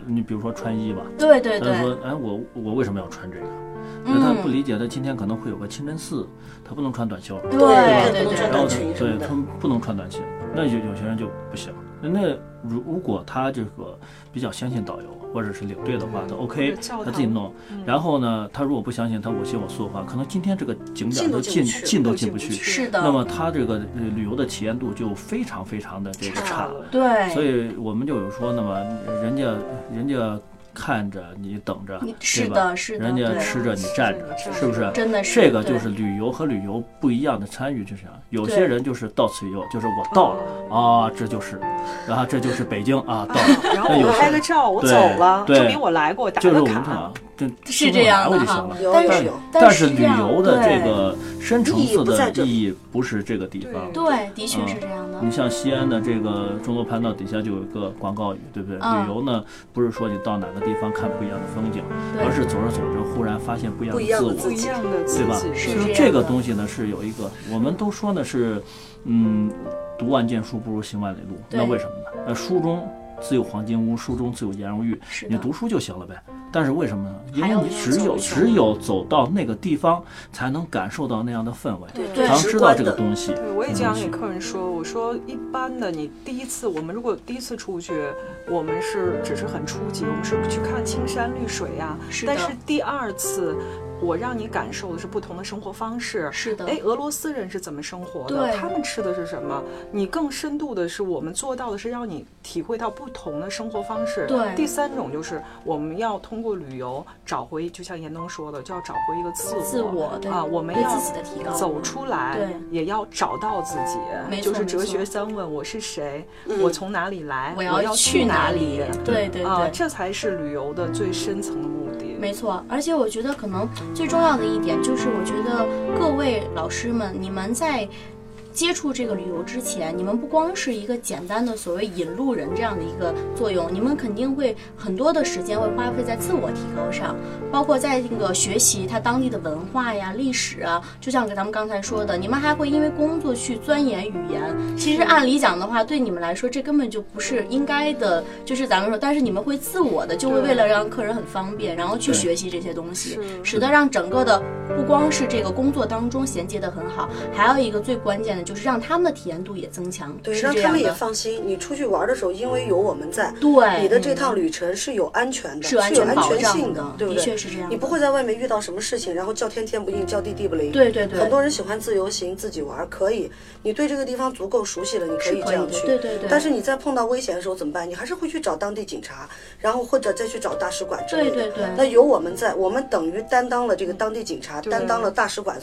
S4: 你比如说穿衣吧，
S2: 对对
S4: 他就
S2: 对，
S4: 说，哎，我我为什么要穿这个？那他不
S2: 嗯，
S4: 理解，他今天可能会有个清真寺，他不能穿短袖，
S2: 对对
S5: 对不能穿短裙什
S4: 然后他对
S5: 么的
S4: 他们不能穿短裙，那有有些人就不行。那如如果他这个比较相信导游或者是领队的话，
S2: 嗯
S4: 他 OK，
S3: 或者教堂嗯
S4: 他自己弄。然后呢，他如果不相信，他我行我素的话，可能今天这个景点
S5: 进都
S4: 都
S5: 进
S4: 进
S5: 不去
S4: 进都
S3: 都
S4: 进
S3: 进
S4: 不
S3: 不
S4: 去
S3: 去。
S2: 是的，
S4: 那么他这个呃旅游的体验度就非常非常的这个
S5: 差
S4: 差
S5: 了
S4: 了。
S2: 对，
S4: 所以我们就有说，那么人家人家看着你等着
S2: 你，是
S4: 对吧？
S2: 的，是的，
S4: 人家
S2: 对，
S4: 吃着你站着，
S3: 是的
S4: 是不是？
S2: 真的是
S4: 这个就
S2: 对
S4: 是旅游和旅游不一样的参与，就是啥有些
S2: 对
S4: 人就是到此一游，就是我到
S3: 哦
S4: 了啊，这就是，然后这就是北京 啊，到了，
S3: 然后
S4: 那有
S3: 我
S4: 时
S3: 拍
S4: 候
S3: 个照，我
S4: 对
S3: 走了，
S4: 对
S3: 证明我来过，我打
S4: 就是
S3: 个
S4: 我们正
S3: 卡
S4: 常。，这
S2: 是这样的
S4: 我就行
S2: 哈
S4: 了。
S5: 有
S2: 但
S5: 有
S2: 是
S5: 有，
S4: 但
S2: 是
S4: 是旅游的
S2: 对
S4: 这个深层
S5: 意义
S4: 次
S5: 不在
S4: 的
S5: 这
S4: 意义不是这个地方。
S3: 对
S2: 对，的确
S4: 嗯
S2: 是这样的
S4: 你，像西安的这个钟楼盘道底下就有一个广告语，对不对？
S2: 嗯
S4: 旅游呢，不是说你到哪个地方看不一样的风景，
S2: 对
S4: 而是走着走着忽然发现不一样
S5: 不一样的
S4: 的
S5: 自
S4: 自
S3: 不
S4: 我
S5: 己。
S3: 一样的自
S4: 对吧
S3: 己，
S2: 是
S4: 就
S2: 这
S4: 是
S2: 样
S4: 这个
S2: 的
S4: 东西呢，是有一个，我们都说呢是，嗯，读万卷书不如行万里路。
S2: 对
S4: 那为什么呢？呃，书中自有黄金屋，书中自有颜如玉。
S2: 是
S4: 你
S2: 的，
S4: 读书就行了呗，但是为什么呢？因
S2: 还
S4: 为
S2: 有
S4: 你
S2: 一种
S4: 只有
S2: 走向
S4: 只有走到那个地方，才能感受到那样的氛围，
S5: 对
S4: 才
S5: 对
S4: 能
S5: 直
S4: 知道
S5: 观
S4: 这个
S5: 的
S4: 东西。
S3: 对，我也
S4: 嗯
S3: 经常给客人说，我说一般的，你第一次，我们如果第一次出去，我们是只是很初级，我们是去看青山绿水呀、
S2: 是的
S3: 但是第二次，我让你感受的是不同的生活方式。
S2: 是的
S3: 哎，俄罗斯人是怎么生活的？
S2: 对
S3: 他们吃的是什么？你更深度的是，我们做到的是让你体会到不同的生活方式。
S2: 对
S3: 第三种就是我们要通过旅游找回，就像严冬说的，就要找回一个自我。
S2: 自我对
S3: 啊，我们
S2: 对
S3: 要
S2: 自己的提高
S3: 走出来，
S2: 对
S3: 也要找到自己。
S2: 没错
S3: 就是哲
S2: 没
S3: 学
S2: 错
S3: 三问：我是谁？我从哪里来？
S2: 我
S3: 我
S2: 要去
S3: 去
S2: 哪
S3: 里？
S2: 对对
S3: 啊，
S2: 对，
S3: 这才是旅游的最深层的目的。
S2: 没错，而且我觉得可能最重要的一点就是，我觉得各位老师们，你们在接触这个旅游之前，你们不光是一个简单的所谓引路人这样的一个作用，你们肯定会很多的时间会花费在自我提高上，包括在那个学习它当地的文化呀、历史啊。就像咱们刚才说的，你们还会因为工作去钻研语言。其实按理讲的话，对你们来说这根本就不是应该的，就是咱们说，但是你们会自我的，就会
S3: 对
S2: 为了让客人很方便，然后去
S4: 对
S2: 学习这些东西。
S3: 是
S2: 使得让整个的不光是这个工作当中衔接的很好，还有一个最关键的就是让他们的体验度也增强，
S5: 对，
S2: 是
S5: 让
S2: 这
S5: 他
S2: 样
S5: 们也
S2: 的。
S5: 放心。你出去玩的时候，因为有我们在，
S2: 对，嗯
S5: 你的这趟旅程是有安全的，
S2: 是
S5: 是
S2: 有
S5: 有
S2: 安
S5: 安
S2: 全保障
S5: 性
S2: 的
S5: 对不
S2: 的
S5: 对？
S2: 确是这样的
S5: 你不会在外面遇到什么事情，然后叫天天不应，叫地地不灵。
S2: 对对对
S5: 很多人喜欢自由行，自己玩可以。你对这个地方足够熟悉了，你可
S2: 是
S5: 以
S2: 可
S5: 这
S2: 以
S5: 样
S2: 的，
S5: 去。
S2: 对对对。
S5: 但是你在碰到危险的时候怎么办？你还是会去找当地警察，然后或者再去找大使馆之类的。
S2: 对对对
S5: 那有我们在，我们等于担当了这个当地警察，担当了大使馆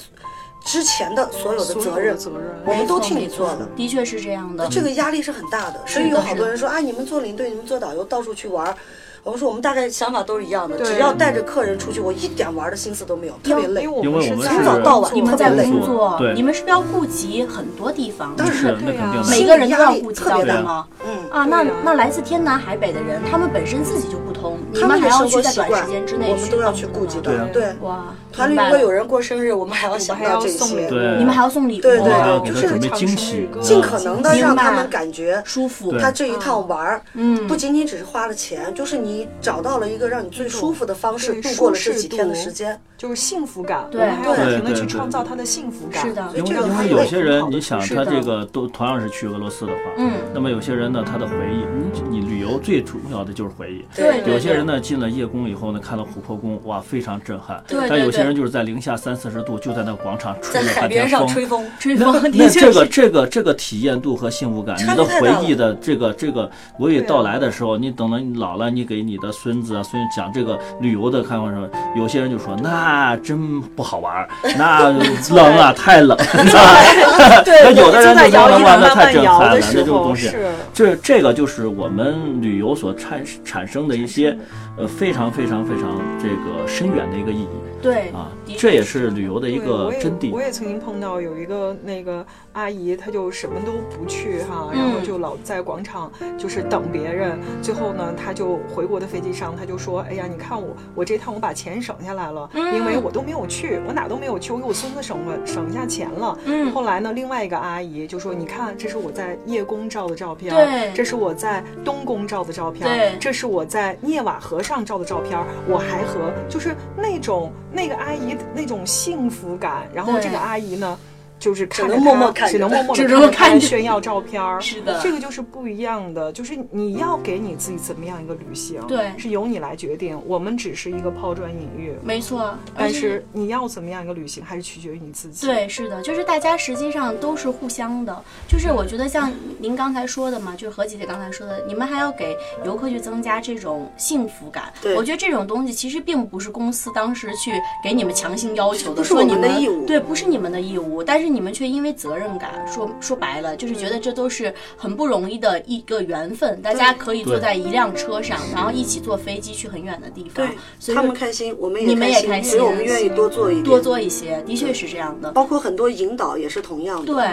S5: 之前的所有的
S3: 所有
S5: 责
S3: 的
S5: 任，
S3: 责任，
S5: 我们都
S2: 没错
S5: 替你
S2: 没错
S5: 做了。
S2: 的确是这样的。
S5: 这个压力是很大的，
S2: 是
S5: 所以
S2: 的
S5: 有好
S2: 是
S5: 多
S2: 的
S5: 人说啊，你们做领队，你们做导游，到处去玩儿。我说我们大概想法都是一样的，
S3: 对
S5: 只要带着客人出去，我一点玩儿的心思都没有，特别
S3: 因
S5: 累
S3: 为。我
S4: 因为
S3: 是
S4: 我们
S3: 在
S5: 从早到晚
S2: 你们在
S5: 特别累
S2: 工作，
S4: 对
S2: 你们是不是要顾及很多地方？
S5: 当
S4: 是
S5: 是
S4: 那
S3: 对
S4: 肯
S3: 啊
S4: 定的。
S2: 每个人都要顾及到
S5: 心理压力特别
S2: 的
S5: 大
S2: 吗？
S5: 嗯，
S2: 啊，那
S3: 对啊
S2: 那来自天南海北的人，他们本身自己就不同，你
S5: 他
S2: 们
S5: 们
S2: 还
S5: 的
S2: 要
S5: 生
S2: 去
S5: 活
S2: 在
S5: 习
S2: 短
S5: 惯
S2: 时间之，内，
S5: 我们都要去顾及
S4: 对
S5: 到
S4: 啊。
S5: 对，
S2: 哇，
S5: 团里
S2: 明
S5: 如
S2: 白
S5: 果
S2: 了
S5: 有人过生日，我们还要想
S3: 还要
S5: 到这
S3: 送礼
S5: 些
S3: 物，
S4: 对
S2: 你们还要送礼物，
S5: 对对
S4: 还要
S5: 对就
S4: 给他
S5: 是
S4: 准备
S3: 尝
S4: 惊
S3: 试
S4: 喜
S3: 一，个
S4: 嗯
S5: 尽可能的让他
S2: 明白
S5: 们感觉
S2: 舒服，
S4: 对
S5: 他这一趟玩儿，
S2: 嗯，
S5: 不仅仅只是花了钱，就是你找到了一个让你最舒服的方式
S3: 对
S5: 度过了
S3: 舒
S5: 这
S3: 适
S5: 几天的
S3: 度
S5: 时间。
S3: 就是幸福感，我
S2: 对
S3: 们还要不
S4: 对
S3: 停的
S4: 对
S3: 去
S4: 对
S3: 创造他的幸福感。
S2: 是的
S5: 所以
S4: 因为
S5: 这个
S4: 因
S5: 还
S4: 为
S5: 有
S4: 有些人，你想
S2: 是
S4: 他
S2: 的
S4: 这个都同样是去俄罗斯的话，
S2: 嗯，
S4: 那么有些人呢，他的回忆，你你旅游最重要的就是回忆。
S2: 对对
S4: 有些人呢进了夜宫以后呢，看了琥珀宫，哇，非常震撼。
S2: 对对
S4: 但有些
S2: 对
S4: 人就是在零下三四十度，就在那个广场吹
S5: 在
S4: 了
S5: 海
S4: 半天
S5: 边上
S4: 风。
S5: 吹风，
S2: 吹
S4: 那
S2: 风，
S4: 那
S2: 的确
S4: 这个
S2: 是。
S4: 这个这个体验度和幸福感，你
S5: 差
S4: 的
S5: 距太大
S4: 回忆的这个这个娓娓道来的时候，你等到你老了，你给你的孙子啊孙女讲这个旅游的看法的时候，有些人就说那真不好玩儿，那冷啊太冷， 那
S3: 对
S4: 有的人
S3: 在
S4: 就说
S3: 摇
S4: 了
S3: 椅
S4: 哇
S3: 慢
S4: 那太
S3: 慢
S4: 震
S3: 摇
S4: 撼了，
S3: 的
S4: 那
S3: 时
S4: 这种
S3: 候
S4: 东西。
S3: 是。
S4: 这这个就是我们旅游所产产生的一些，呃，非常非常非常这个深远的一个意义
S2: 对
S4: 啊
S2: 的，确
S4: 这也
S2: 这
S4: 是
S2: 样
S4: 旅游的
S3: 对，
S4: 一个
S3: 我也
S4: 真谛
S3: 我。也曾经碰到有一个那个阿姨，她就什么都不去哈，然后
S2: 嗯
S3: 就老在广场就是等别人。最后呢，她就回国的飞机上，她就说：“哎呀，你看我我这趟我把钱省下来了，
S2: 嗯
S3: 因为我都没有去，我哪都没有去，我给我孙子省了省下钱了。”
S2: 嗯
S3: 后来呢，另外一个阿姨就说：“你看，这是我在叶公照的照片，
S2: 对
S3: 这是我在东宫照的照片，
S2: 对
S3: 这是我在涅瓦河上照的照片，我还和就是那种那个阿姨那种幸福感，然后
S2: 对
S3: 这个阿姨呢。就是看着
S5: 只能
S3: 她
S5: 默默看着
S3: 只能默默地
S2: 只能
S3: 看
S2: 看
S3: 她
S2: 着
S3: 炫耀照片儿，
S2: 是的
S3: 这个就是不一样的，就是你要给你自己怎么样一个旅行，
S2: 对
S3: 是由你来决定。我们只是一个抛砖引玉，
S2: 没错，而
S3: 但
S2: 且
S3: 是你要怎么样一个旅行，还是取决于你自己。
S2: 对，是的，就是大家实际上都是互相的。就是我觉得像您刚才说的嘛，就是何姐姐刚才说的，你们还要给游客去增加这种幸福感。
S5: 对
S2: 我觉得这种东西其实并不是公司当时去给你们强行要求的，
S5: 不是
S2: 说
S5: 我
S2: 你
S5: 们的义务
S2: 对，不是你们的义务，但是你们却因为责任感，说说白了，就是
S5: 嗯
S2: 觉得这都是很不容易的一个缘分，大家可以坐
S4: 对
S2: 在一辆车上，然后一起坐飞机去很远的地方，所以
S5: 啊他
S2: 就
S5: 们开心，我们
S2: 你
S5: 也
S2: 们
S5: 开
S2: 也
S5: 心，
S2: 开
S5: 所以我们
S2: 心
S5: 愿意多做一点，
S2: 多，做一些，的确是这样的。
S5: 包括很多引导也是同样的。
S2: 对，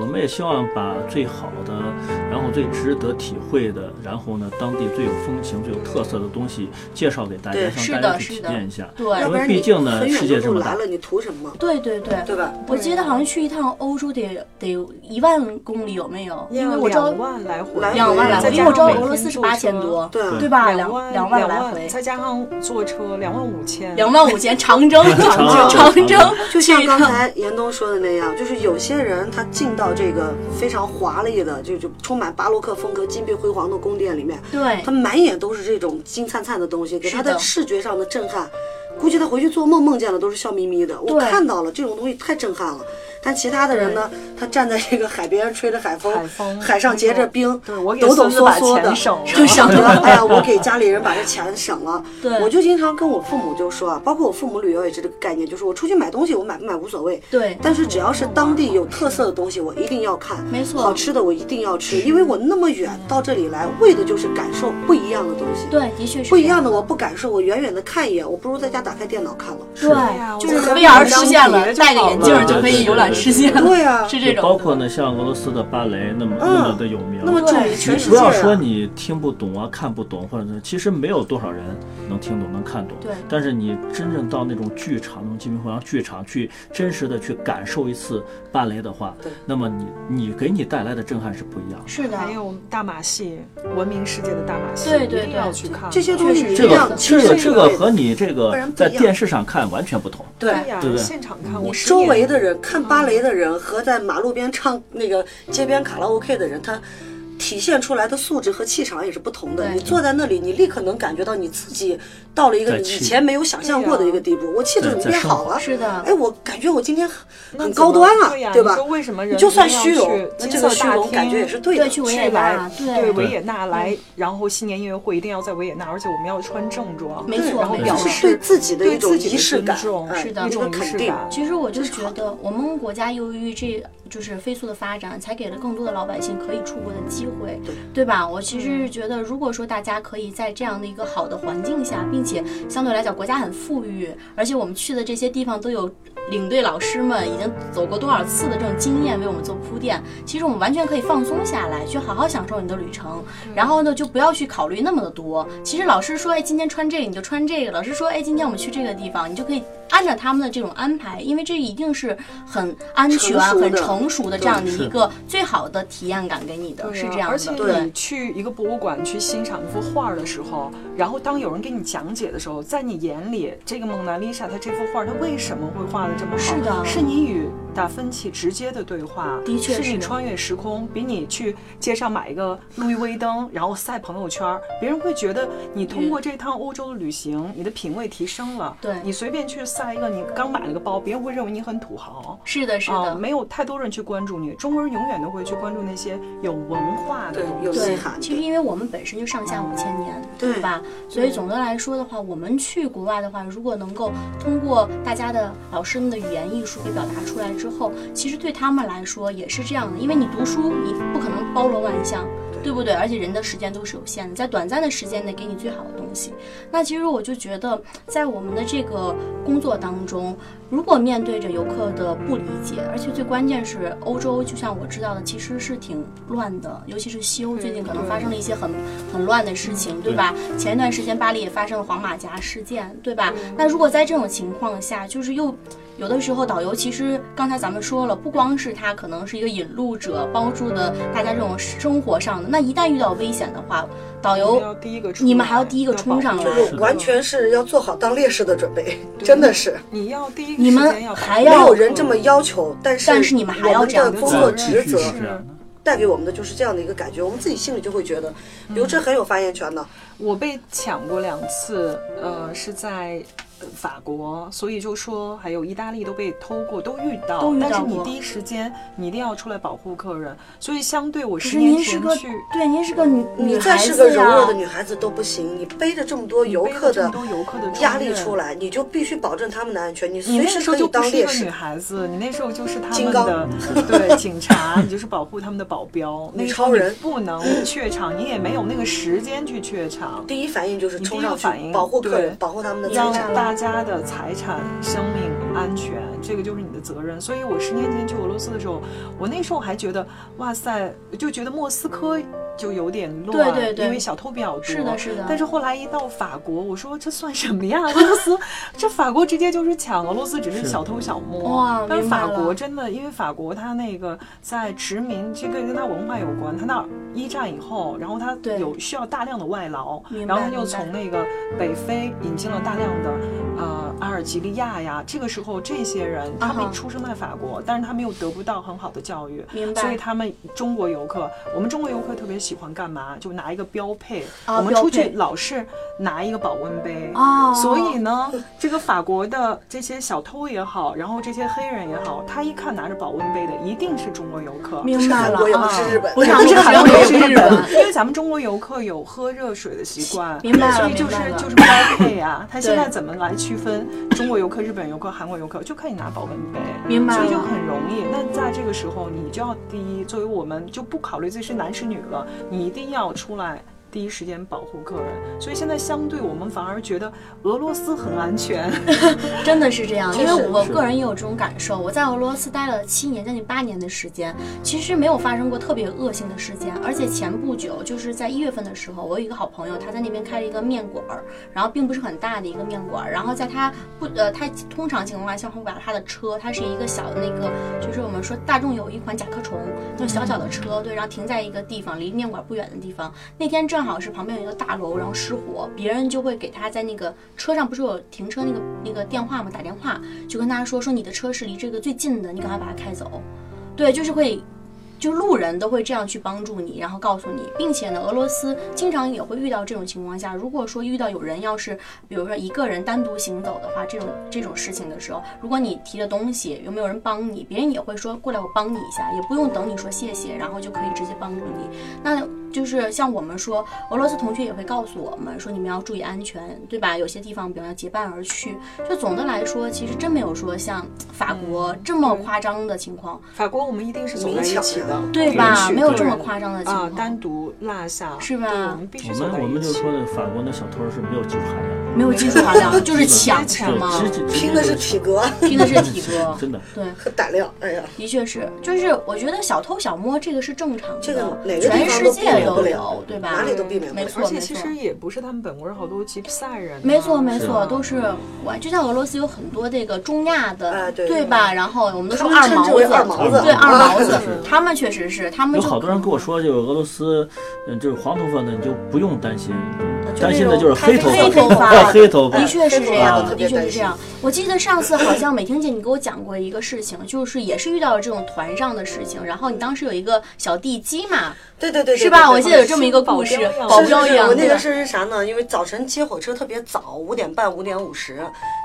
S4: 我们也希望把最好的然后最值得体会的，然后呢，当地最有风情、最有特色的东西介绍给大家，
S5: 对
S2: 是
S4: 让
S2: 的
S4: 大家去
S2: 是
S4: 体
S2: 的
S4: 验一下。
S2: 对
S5: 要
S4: 因
S5: 不
S4: 为
S5: 然你
S4: 毕竟呢，
S5: 很
S4: 世
S5: 远
S4: 界
S5: 的
S4: 这
S5: 路
S4: 么
S5: 来
S4: 大，
S5: 了，你图什么？
S2: 对对对，
S5: 对吧？
S2: 我记得好像去一趟欧洲得得一万公里，有没有？因为我知道
S3: 两万来回，
S5: 来
S2: 两万来
S5: 再
S2: 回，
S5: 加
S2: 因为我知道
S3: 上
S2: 俄罗
S3: 每
S2: 斯
S3: 天
S2: 是
S3: 坐
S2: 八千
S3: 车
S2: 多，
S5: 对啊，
S2: 对吧？
S3: 两
S2: 两
S3: 两
S2: 万
S3: 万
S2: 来回，
S3: 再加上坐车两万五千，
S2: 两万五千，长征，
S4: 长
S2: 长
S4: 征
S2: 征，
S5: 就像刚
S2: 这一趟
S5: 才严冬说的那样，就是有些人他进到这个非常华丽的，就就充满巴洛克风格、金碧辉煌的宫殿里面，
S2: 对
S3: 哎
S5: 他满眼都是这种金灿灿的东西，给
S2: 是
S5: 他的
S2: 的
S5: 视觉上的震撼。估计他回去做梦，梦见了都是笑眯眯的。我
S2: 对
S5: 看到了这种东西，太震撼了。但其他的人呢，他站在这个海边，吹着海风，
S3: 海风
S5: 海上结着冰，
S3: 对我给
S5: 抖抖
S3: 孙子
S5: 嗦
S3: 把
S5: 嗦的
S3: 钱省了，
S5: 就想 着，哎呀，我给家里人把这钱省了。
S2: 对
S5: 我就经常跟我父母就说啊，包括我父母旅游也是这个概念，就是我出去买东西，我买不买无所谓，
S2: 对
S5: 但是只要是当地有特色的东西，我一定要看。
S2: 没错
S5: 好吃的我一定要吃，因为我那么远到这里来，为的就是感受不一样的东西。，
S2: 对，的确是
S5: 不一样
S2: 的。
S5: 的我不感受，我远远的看一眼，我不如在家打开电脑看了。
S3: 哎呀
S2: 对，
S3: 我
S2: 就是
S3: 们
S2: VR
S3: 一
S2: 出
S3: 张
S2: 现
S3: 碟
S2: 了，
S3: 就
S2: 戴个
S3: 好
S2: 眼
S3: 了
S2: 镜儿就可以浏览世界了。
S5: 对啊
S2: 是这
S4: 就
S2: 种。
S4: 包括呢，像俄罗斯的芭蕾那么
S5: 嗯
S4: 那么的有名，
S5: 那么
S2: 对
S5: 注意全
S4: 你
S5: 世
S4: 不
S5: 界、
S4: 要说
S5: 啊。
S4: 你听不懂啊、看不懂，或者是其实没有多少人能听懂、能看懂。
S2: 对
S4: 但是你真正到那种剧场、那种金碧辉煌剧场去真实的去感受一次芭蕾的话，
S5: 对
S4: 那么你你给你带来的震撼是不一样的。
S2: 是的，
S3: 还有大马戏，闻名世界的大马戏，
S2: 对对
S3: 一定要
S2: 对
S3: 去看
S5: 这些东西你一
S4: 这
S5: 定要
S4: 个
S5: 亲身
S4: 这个
S5: 体
S4: 这
S5: 会
S4: 个和你这
S5: 不
S4: 个
S5: 然不一
S4: 在
S5: 样
S4: 电视上看完全不同。
S5: 对
S3: 对呀
S4: 对不，对
S3: 现场看我
S5: 你
S3: 十
S5: 周
S3: 年
S5: 围的人看芭蕾的
S3: 嗯
S5: 人和在马路边唱那个街边卡拉 OK 的人，他体现出来的素质和气场也是不同的。
S2: 对
S5: 你坐在那里，你立刻能感觉到你自己到了一个
S4: 在
S5: 你
S4: 气
S5: 以前没有想象过的一个地步，我气质怎么
S4: 在
S5: 变
S4: 生
S5: 好
S4: 活
S5: 了？
S2: 是的
S5: 哎，我感觉我今天很
S3: 啊那
S5: 很
S3: 怎
S5: 高
S3: 么
S5: 端啊
S3: 对呀，
S5: 对吧
S3: 你说？为什么人
S5: 就
S3: 一定
S5: 算
S3: 要
S5: 虚荣
S3: 去，
S5: 那
S3: 金
S5: 这
S3: 色
S5: 个虚
S3: 大
S5: 荣感觉
S3: 厅
S5: 也是对的。
S2: 对，去维
S3: 去
S2: 也纳，
S3: 来对
S2: 对，
S3: 维也纳来，然后新年音乐会一定要在维也纳，而且我们要穿正装，
S2: 没
S5: 对
S2: 错
S3: 然后
S2: 没
S3: 表
S5: 就
S2: 错
S5: 是对
S3: 示
S5: 自己的一
S3: 对
S5: 种
S3: 自己
S5: 仪式
S3: 的
S5: 感
S3: 尊，重，
S5: 哎
S2: 是的
S5: 一
S3: 一
S5: 种
S3: 种
S5: 肯
S3: 仪式
S5: 定啊
S3: 感。
S2: 其实我就
S5: 这是
S2: 觉
S5: 好
S2: 得，我们国家由于这就是飞速的发展，才给了更多的老百姓可以出国的机会，
S5: 对嗯
S2: 吧？我其实是觉得，如果说大家可以在这样的一个好的环境下，并且相对来讲国家很富裕，而且我们去的这些地方都有领队老师们已经走过多少次的这种经验为我们做铺垫，其实我们完全可以放松下来，去好好享受你的旅程。然后呢，就不要去考虑那么的多。其实老师说，哎，今天穿这个你就穿这个；老师说，哎，今天我们去这个地方，你就可以按照他们的这种安排，因为这一定是很安全、
S5: 成熟的
S2: 很成熟的这样的
S4: 是
S2: 一个最好的体验感给你的，
S3: 对
S2: 是
S3: 啊
S2: 这样
S3: 而且
S2: 的。
S3: 你去一个博物馆去欣赏一幅画儿的时候，然后当有人给你讲解的时候，在你眼里，这个蒙娜丽莎她这幅画儿她为什么会画的这么好？
S2: 是的
S3: 是你与达芬奇直接的对话，
S2: 的确
S3: 是
S2: 是
S3: 你
S2: 的
S3: 穿越时空，比你去街上买一个路易威登，然后晒朋友圈儿，别人会觉得你通过这趟欧洲的旅行，你的品味提升了。
S2: 对
S3: 你随便去晒一个，你刚买了个包，别人会认为你很土豪。
S2: 是的，是
S3: 啊、
S2: 的。
S3: 没有太多人去关注你。中国人永远都会去关注那些有文化的
S5: 对
S3: 东，西。
S5: 有
S2: 对
S5: 内涵，，
S2: 其实因为我们本身就上下五千年，
S5: 对
S2: 对吧？所以总的来说的话，我们去国外的话，如果能够通过大家的老师们的语言艺术给表达出来之后，其实对他们来说也是这样的，因为你读书你不可能包罗万象。对不对？而且人的时间都是有限的，在短暂的时间内给你最好的东西。那其实我就觉得，在我们的这个工作当中，如果面对着游客的不理解，而且最关键是欧洲，就像我知道的，其实是挺乱的，尤其是西欧最近可能发生了一些很很乱的事情，对吧？前一段时间巴黎也发生了黄马甲事件，对吧？那如果在这种情况下，就是又有的时候导游其实刚才咱们说了，不光是他可能是一个引路者，帮助的大家这种生活上的，那一旦遇到危险的话，导
S3: 我们
S2: 游
S3: 要第一个冲
S2: 你们还要第一个冲上来
S3: 要保护
S5: 就是完全是要做好当烈士的准备，真的是。
S3: 你要第一个
S2: 你们
S3: 时间要保护
S2: 还
S5: 没
S2: 要
S5: 有人这么要求，但是
S2: 但是你们还要这样
S5: 我们的工作职责
S4: 对是这样的
S5: 带给我们的就是这样的一个感觉，我们自己心里就会觉得，比如这很有发言权的，
S3: 我被抢过两次，呃，是在呃法国，所以就说还有意大利都被偷过，都遇到，
S2: 都遇到
S3: 但是你
S2: 过
S3: 第一时间你一定要出来保护客人，所以相对我
S2: 可
S3: 十
S2: 是
S3: 年
S2: 您是
S3: 前
S2: 个
S3: 去。
S2: 对，您是个女
S5: 你
S3: 嗯
S2: 女
S5: 再
S2: 孩
S5: 是个
S2: 子啊
S5: 柔
S2: 呀，
S5: 弱的女孩子都不行，你背着这么多游
S3: 背了
S5: 客
S3: 这么
S5: 的
S3: 多游客的
S5: 压力出
S3: 来，
S5: 来，你就必须保证他们的安全，你
S3: 你
S5: 随
S3: 那
S5: 时
S3: 时候
S5: 可
S3: 就
S5: 以
S3: 不
S5: 当
S3: 是一
S5: 烈
S3: 个
S5: 士
S3: 女。孩子，你那时候就是他
S5: 金
S3: 们
S5: 刚
S3: 的对警察，你就是保护他们的保镖。那
S5: 女
S3: 时
S5: 超
S3: 候你
S5: 人
S3: 不能怯场，你也没有那个时间去怯场。
S5: 第一反应就是冲上
S3: 你第一个反
S5: 去
S3: 应
S5: 保护客人，
S3: 对
S5: 保护他们的
S3: 让
S5: 财产。
S3: 大家的财产、生命安全，这个就是你的责任。所以我十年前去俄罗斯的时候，我那时候还觉得，哇塞，就觉得莫斯科就有点乱，
S2: 对对对
S3: 因为小偷比较多。
S2: 是的，是的。
S3: 嗯但是后来一到法国，我说这算什么呀？俄罗斯，这法国直接就是抢，俄罗斯只是
S4: 是
S3: 小偷小摸。
S5: 哦
S2: 哇
S3: 但是
S2: 明白
S3: 法国
S2: 了
S3: 真的，因为法国它那个在殖民，这个跟它文化有关。它那儿一战以后，然后它
S2: 对
S3: 有需要大量的外劳，
S2: 明白
S3: 然后它就从那个北非引进了大量的。呃，阿尔及利亚呀，这个时候这些人他
S2: 啊哈
S3: 们出生在法国，但是他们又得不到很好的教育，
S2: 明白
S3: 所以他们中国游客，我们中国游客特别喜欢干嘛？就拿一个标配，
S2: 啊
S3: 我们
S2: 标
S3: 出去
S2: 配
S3: 老是拿一个保温杯。
S2: 哦，
S3: 所以呢，这个法国的这些小偷也好，然后这些黑人也好，他一看拿着保温杯的，一定是中国游客。
S2: 明白
S5: 韩
S2: 了
S5: 国也不
S2: 啊
S5: 是日本，
S2: 不是
S3: 但是韩
S2: 韩
S3: 国
S2: 国
S3: 也
S2: 是
S3: 是
S2: 日
S3: 日
S2: 本
S3: 本，因为咱们中国游客有喝热水的习惯，
S2: 明白了
S3: 所以就
S2: 明
S3: 是
S2: 白了
S3: 就是标 配啊。他现在
S2: 对
S3: 怎么来区分中国游客、日本游客、韩国游客，就看你拿保温杯。
S2: 明白
S3: 所
S2: 了，
S3: 以就很容易。那在这个时候，你就要第一，作为我们就不考虑自己是男是女了，你一定要出来。第一时间保护客人，所以现在相对我们反而觉得俄罗斯很安全。
S2: 真的是这样，因
S5: 确
S2: 为
S5: 实
S2: 我
S4: 是
S2: 个人也有这种感受。我在俄罗斯待了七年，将近八年的时间，其实没有发生过特别恶性的事件。而且前不久，就是在一月份的时候，我有一个好朋友，他在那边开了一个面馆儿，然后并不是很大的一个面馆儿。然后在他不呃，他通常情况下像会把他的车，它是一个小的那个，就是我们说大众有一款甲壳虫，就小小的车，
S5: 嗯
S2: 对，然后停在一个地方，离面馆不远的地方。那天正好是旁边有一个大楼，然后失火，别人就会给他在那个车上不是有停车那个那个电话嘛，打电话就跟他说说你的车是离这个最近的，你赶快把它开走。对，就是会。就路人都会这样去帮助你，然后告诉你，并且呢，俄罗斯经常也会遇到这种情况下，如果说遇到有人要是，比如说一个人单独行走的话，这种这种事情的时候，如果你提的东西有没有人帮你，别人也会说过来我帮你一下，也不用等你说谢谢，然后就可以直接帮助你。那就是像我们说，俄罗斯同学也会告诉我们说，你们要注意安全，对吧？有些地方，比方要结伴而去。就总的来说，其实真没有说像法国
S5: 嗯
S2: 这么夸张的情况，
S3: 法国我们一定是走在一起
S5: 明抢
S3: 的，
S2: 对
S3: 不
S2: 吧？
S3: 允许
S2: 没有
S3: 个
S2: 这么
S3: 人
S2: 夸张的情
S3: 啊、
S2: 况，
S3: 单独落下
S2: 嗯是吧
S3: 对我们必须
S4: 我
S3: 走在
S4: 们
S3: 一起。
S4: 我们就说的法国那小偷是没有技术含量，
S2: 没有技术含 量，就是抢
S3: 直接
S2: 是
S3: 抢
S2: 吗？
S4: 对，直直
S5: 拼的是体格
S2: 拼的是体格，
S4: 真的。
S2: 对。
S5: 和胆量。哎呀，
S2: 的确是，就是我觉得小偷小摸这个是正常的，
S5: 这个哪个地
S2: 全
S5: 方
S2: 世
S5: 都避
S2: 界
S5: 免不
S2: 都
S5: 了
S2: 有，，对吧？
S5: 哪里都避免不
S2: 没
S5: 了。
S2: 错，
S3: 而且
S2: 没
S3: 其
S2: 错
S3: 实也不是他们本国人，好多吉普赛人啊、
S2: 没错，没
S4: 是
S2: 错，
S4: 啊
S2: 都是我就像俄罗斯有很多这个中亚的，
S5: 哎对
S2: 吧？然后我们都说
S5: 他们
S2: 二
S5: 称之
S2: 毛
S5: 为
S2: 子，
S5: 二毛啊
S4: 子
S2: 对二毛
S4: 是
S2: 子
S4: 是，
S2: 他们确实是，他们
S4: 有
S2: 就
S4: 好多人跟我说，就是俄罗斯，嗯，就是黄头发的你就不用担心，担心的就是黑头
S2: 黑头
S4: 发，
S2: 发
S4: 啊 黑头发
S2: 的，确是这
S4: 啊
S2: 样，
S5: 特
S2: 的
S5: 别
S2: 确
S5: 担
S2: 是
S5: 心
S2: 这样。我记得上次好像美婷姐你给我讲过一个事情，就是也是遇到了这种团上的事情，然后你当时有一个小地鸡嘛，
S5: 对对对，对
S2: 是吧？
S5: 对
S2: 我记得有这么一个故事，保
S5: 是
S2: 镖
S5: 是
S2: 一
S5: 是，
S2: 样
S5: 我那
S2: 对
S5: 个
S2: 吧
S5: 事是啥呢？因为早晨接火车特别早，五点半、五点五十，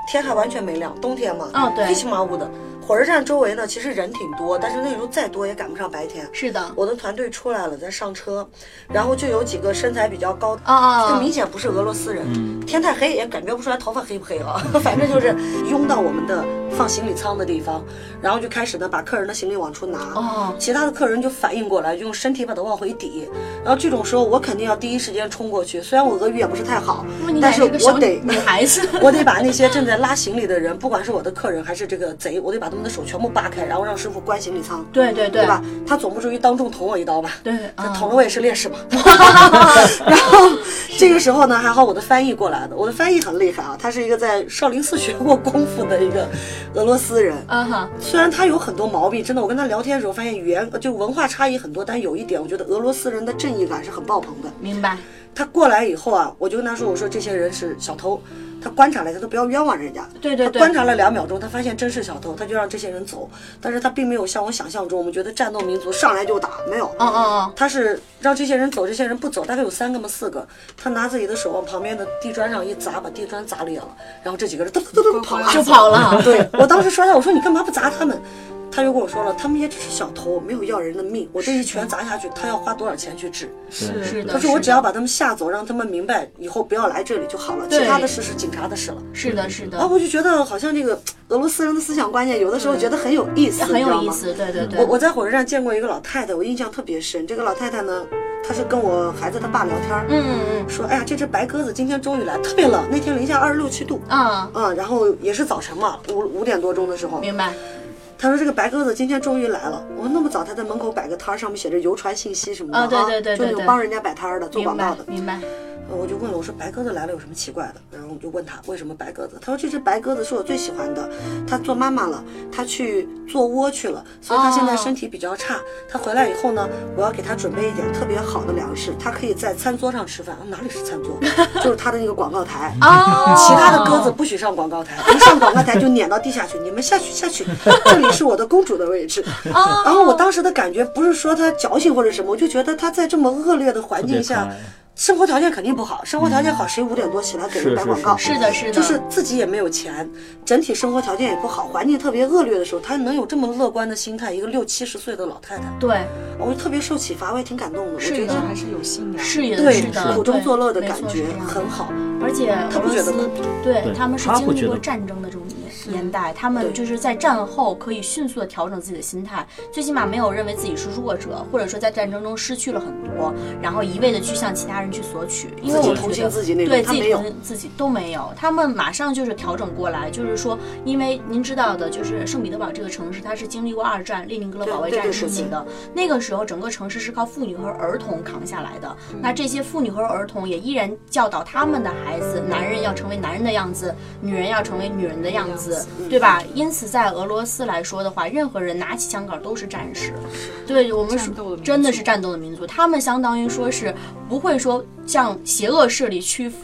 S5: 天还完全没亮，冬天嘛，
S2: 哦对
S5: 黑漆麻乌的。火车站周围呢，其实人挺多，但是那时候再多也赶不上白天。
S2: 是的，
S5: 我的团队出来了，在上车，然后就有几个身材比较高，
S2: 啊啊
S5: 就明显不是俄罗斯人。
S4: 嗯
S5: 天太黑也感觉不出来头发黑不黑啊， 反正就是拥到我们的放行李舱的地方，然后就开始呢把客人的行李往出拿。
S2: 哦，
S5: 其他的客人就反应过来，用身体把它往回抵。然后这种时候，我肯定要第一时间冲过去。虽然我俄语也不是太好
S2: 那么你，
S5: 但
S2: 还
S5: 是
S2: 个
S5: 我
S2: 小
S5: 得
S2: 女孩 子，
S5: 我得把那些正在拉行李的人，不管是我的客人还是这个贼，我得把他们的手全部扒开，然后让师傅关行李舱，
S2: 对对对
S5: 对吧？他总不至于当众捅我一刀吧？
S2: 对，
S5: 他
S2: 啊
S5: 捅了我也是烈士嘛。然后这个时候呢，还好我的翻译过来的，我的翻译很厉害啊，他是一个在少林寺学过功夫的一个俄罗斯人。
S2: 啊哈，
S5: 虽然他有很多毛病，真的，我跟他聊天的时候发现语言就文化差异很多，但有一点，我觉得俄罗斯人的正义感是很爆棚的。
S2: 明白。
S5: 他过来以后啊，我就跟他说，我说这些人是小偷，他观察了一下，他都不要冤枉人家。
S2: 对对
S5: 他
S2: 对
S5: 观察了两秒钟，他发现真是小偷，他就让这些人走，但是他并没有像我想象中，我们觉得战斗民族上来就打，没有。
S2: 哦哦哦，
S5: 他是让这些人走，这些人不走，大概有三个嘛四个，他拿自己的手往旁边的地砖上一砸，把地砖砸裂了，然后这几个人噔噔噔噔跑了，
S2: 哦就跑了。
S5: 对我当时摔下，我说你干嘛不砸他们？他就跟我说了，他们也只是小偷，没有要人的命。我这一拳砸下去，他要花多少钱去治？
S4: 是
S2: 是的
S5: 他说我只要把他们吓走，让他们明白以后不要来这里就好了，其
S2: 对
S5: 他的事是警察的事了。
S2: 是的，是的
S5: 啊，，我就觉得好像这个俄罗斯人的思想观念，有的时候觉得很有意思，
S2: 嗯很
S5: 你知道
S2: 有意
S5: 吗
S2: 思。对对对，
S5: 我我在火车站见过一个老太太，我印象特别深。这个老太太呢，他是跟我孩子他爸聊天儿，
S2: 嗯嗯
S5: 说哎呀，这只白鸽子今天终于来，特别冷，那天零下二十六七度。
S2: 啊，
S5: 嗯，然后也是早晨嘛，五五点多钟的时候，
S2: 明白。
S5: 他说这个白鸽子今天终于来了。我说那么早，他在门口摆个摊儿，上面写着邮传信息什么的
S2: 啊对
S5: 哈
S2: 对对对
S5: 就那
S2: 对
S5: 种帮人家摆摊儿的，做
S2: 明
S5: 广
S2: 白
S5: 告的，。呃
S2: 明白。
S5: 我就问了，我说白鸽子来了有什么奇怪的？然后我就问他为什么白鸽子，他说这只白鸽子是我最喜欢的，它做妈妈了，它去做窝去了，所以它
S2: 哦
S5: 现在身体比较差。它回来以后呢，我要给它准备一点特别好的粮食，它可以在餐桌上吃饭。啊哪里是餐桌？ 就是它的那个广告台。
S2: 哦，
S5: 嗯其他的鸽子不许上广告台，一上广告台就撵到地下去。你 们下去下去，这里是我的公主的位置。
S2: 哦，
S5: 然后我当时的感觉不是说它矫情或者什么，我就觉得它在这么恶劣的环境
S4: 特别
S5: 下
S4: 可爱，
S5: 生活条件肯定不好。生活条件好，谁五点多起来给人
S4: 是
S5: 打
S4: 是
S5: 广告？
S4: 是
S2: 是的，是的，
S5: 就是自己也没有钱，整体生活条件也不好，环境特别恶劣的时候，他能有这么乐观的心态，一个六七十岁的老太太，
S2: 对，
S5: 我就特别受启发，我也挺感动的。我
S2: 是
S5: 觉
S2: 的
S5: 得
S3: 还是有信仰。
S2: 是的，
S5: 对
S2: 是的，
S5: 苦中
S2: 对
S5: 作乐的
S2: 没
S5: 感
S2: 错
S5: 觉
S2: 是这样
S5: 很好。
S2: 而且俄
S5: 他不
S2: 罗
S5: 觉
S2: 斯，
S5: 得
S2: 对
S4: 对
S2: 他们是
S4: 他
S2: 经
S4: 会
S2: 历
S4: 觉
S2: 过
S4: 得
S2: 战争的这种年年代，他们
S5: 对
S2: 就是在战后可以迅速的调整自己的心态，最起码没有认为自己是弱者，或者说在战争中失去了很多，然后一味的去向其他人去索取，因为
S5: 自己
S2: 我
S5: 同
S2: 觉
S5: 情
S2: 得
S5: 自己那种
S2: 对
S5: 他
S2: 自己
S5: 没有
S2: 同自己都没有，他们马上就是调整过来，就是说，因为您知道的，就是圣彼得堡这个城市，它是经历过二战、列宁格勒
S5: 对
S2: 保卫
S5: 对
S2: 战
S5: 对
S2: 时
S5: 对
S2: 期
S5: 对
S2: 的，那个时候整个城市是靠妇女和儿童扛下来的。那这些妇女和儿童也依然教导他们的孩子，男人要成为男人的样子，女人要成为女人的样子，对吧？
S5: 嗯
S2: 因此，在俄罗斯来说的话，任何人拿起枪杆都是战士。对我们
S3: 战
S2: 说
S3: 斗的民族
S2: 真的是战斗的民族，他们相当于说是不会说向邪恶势力屈服，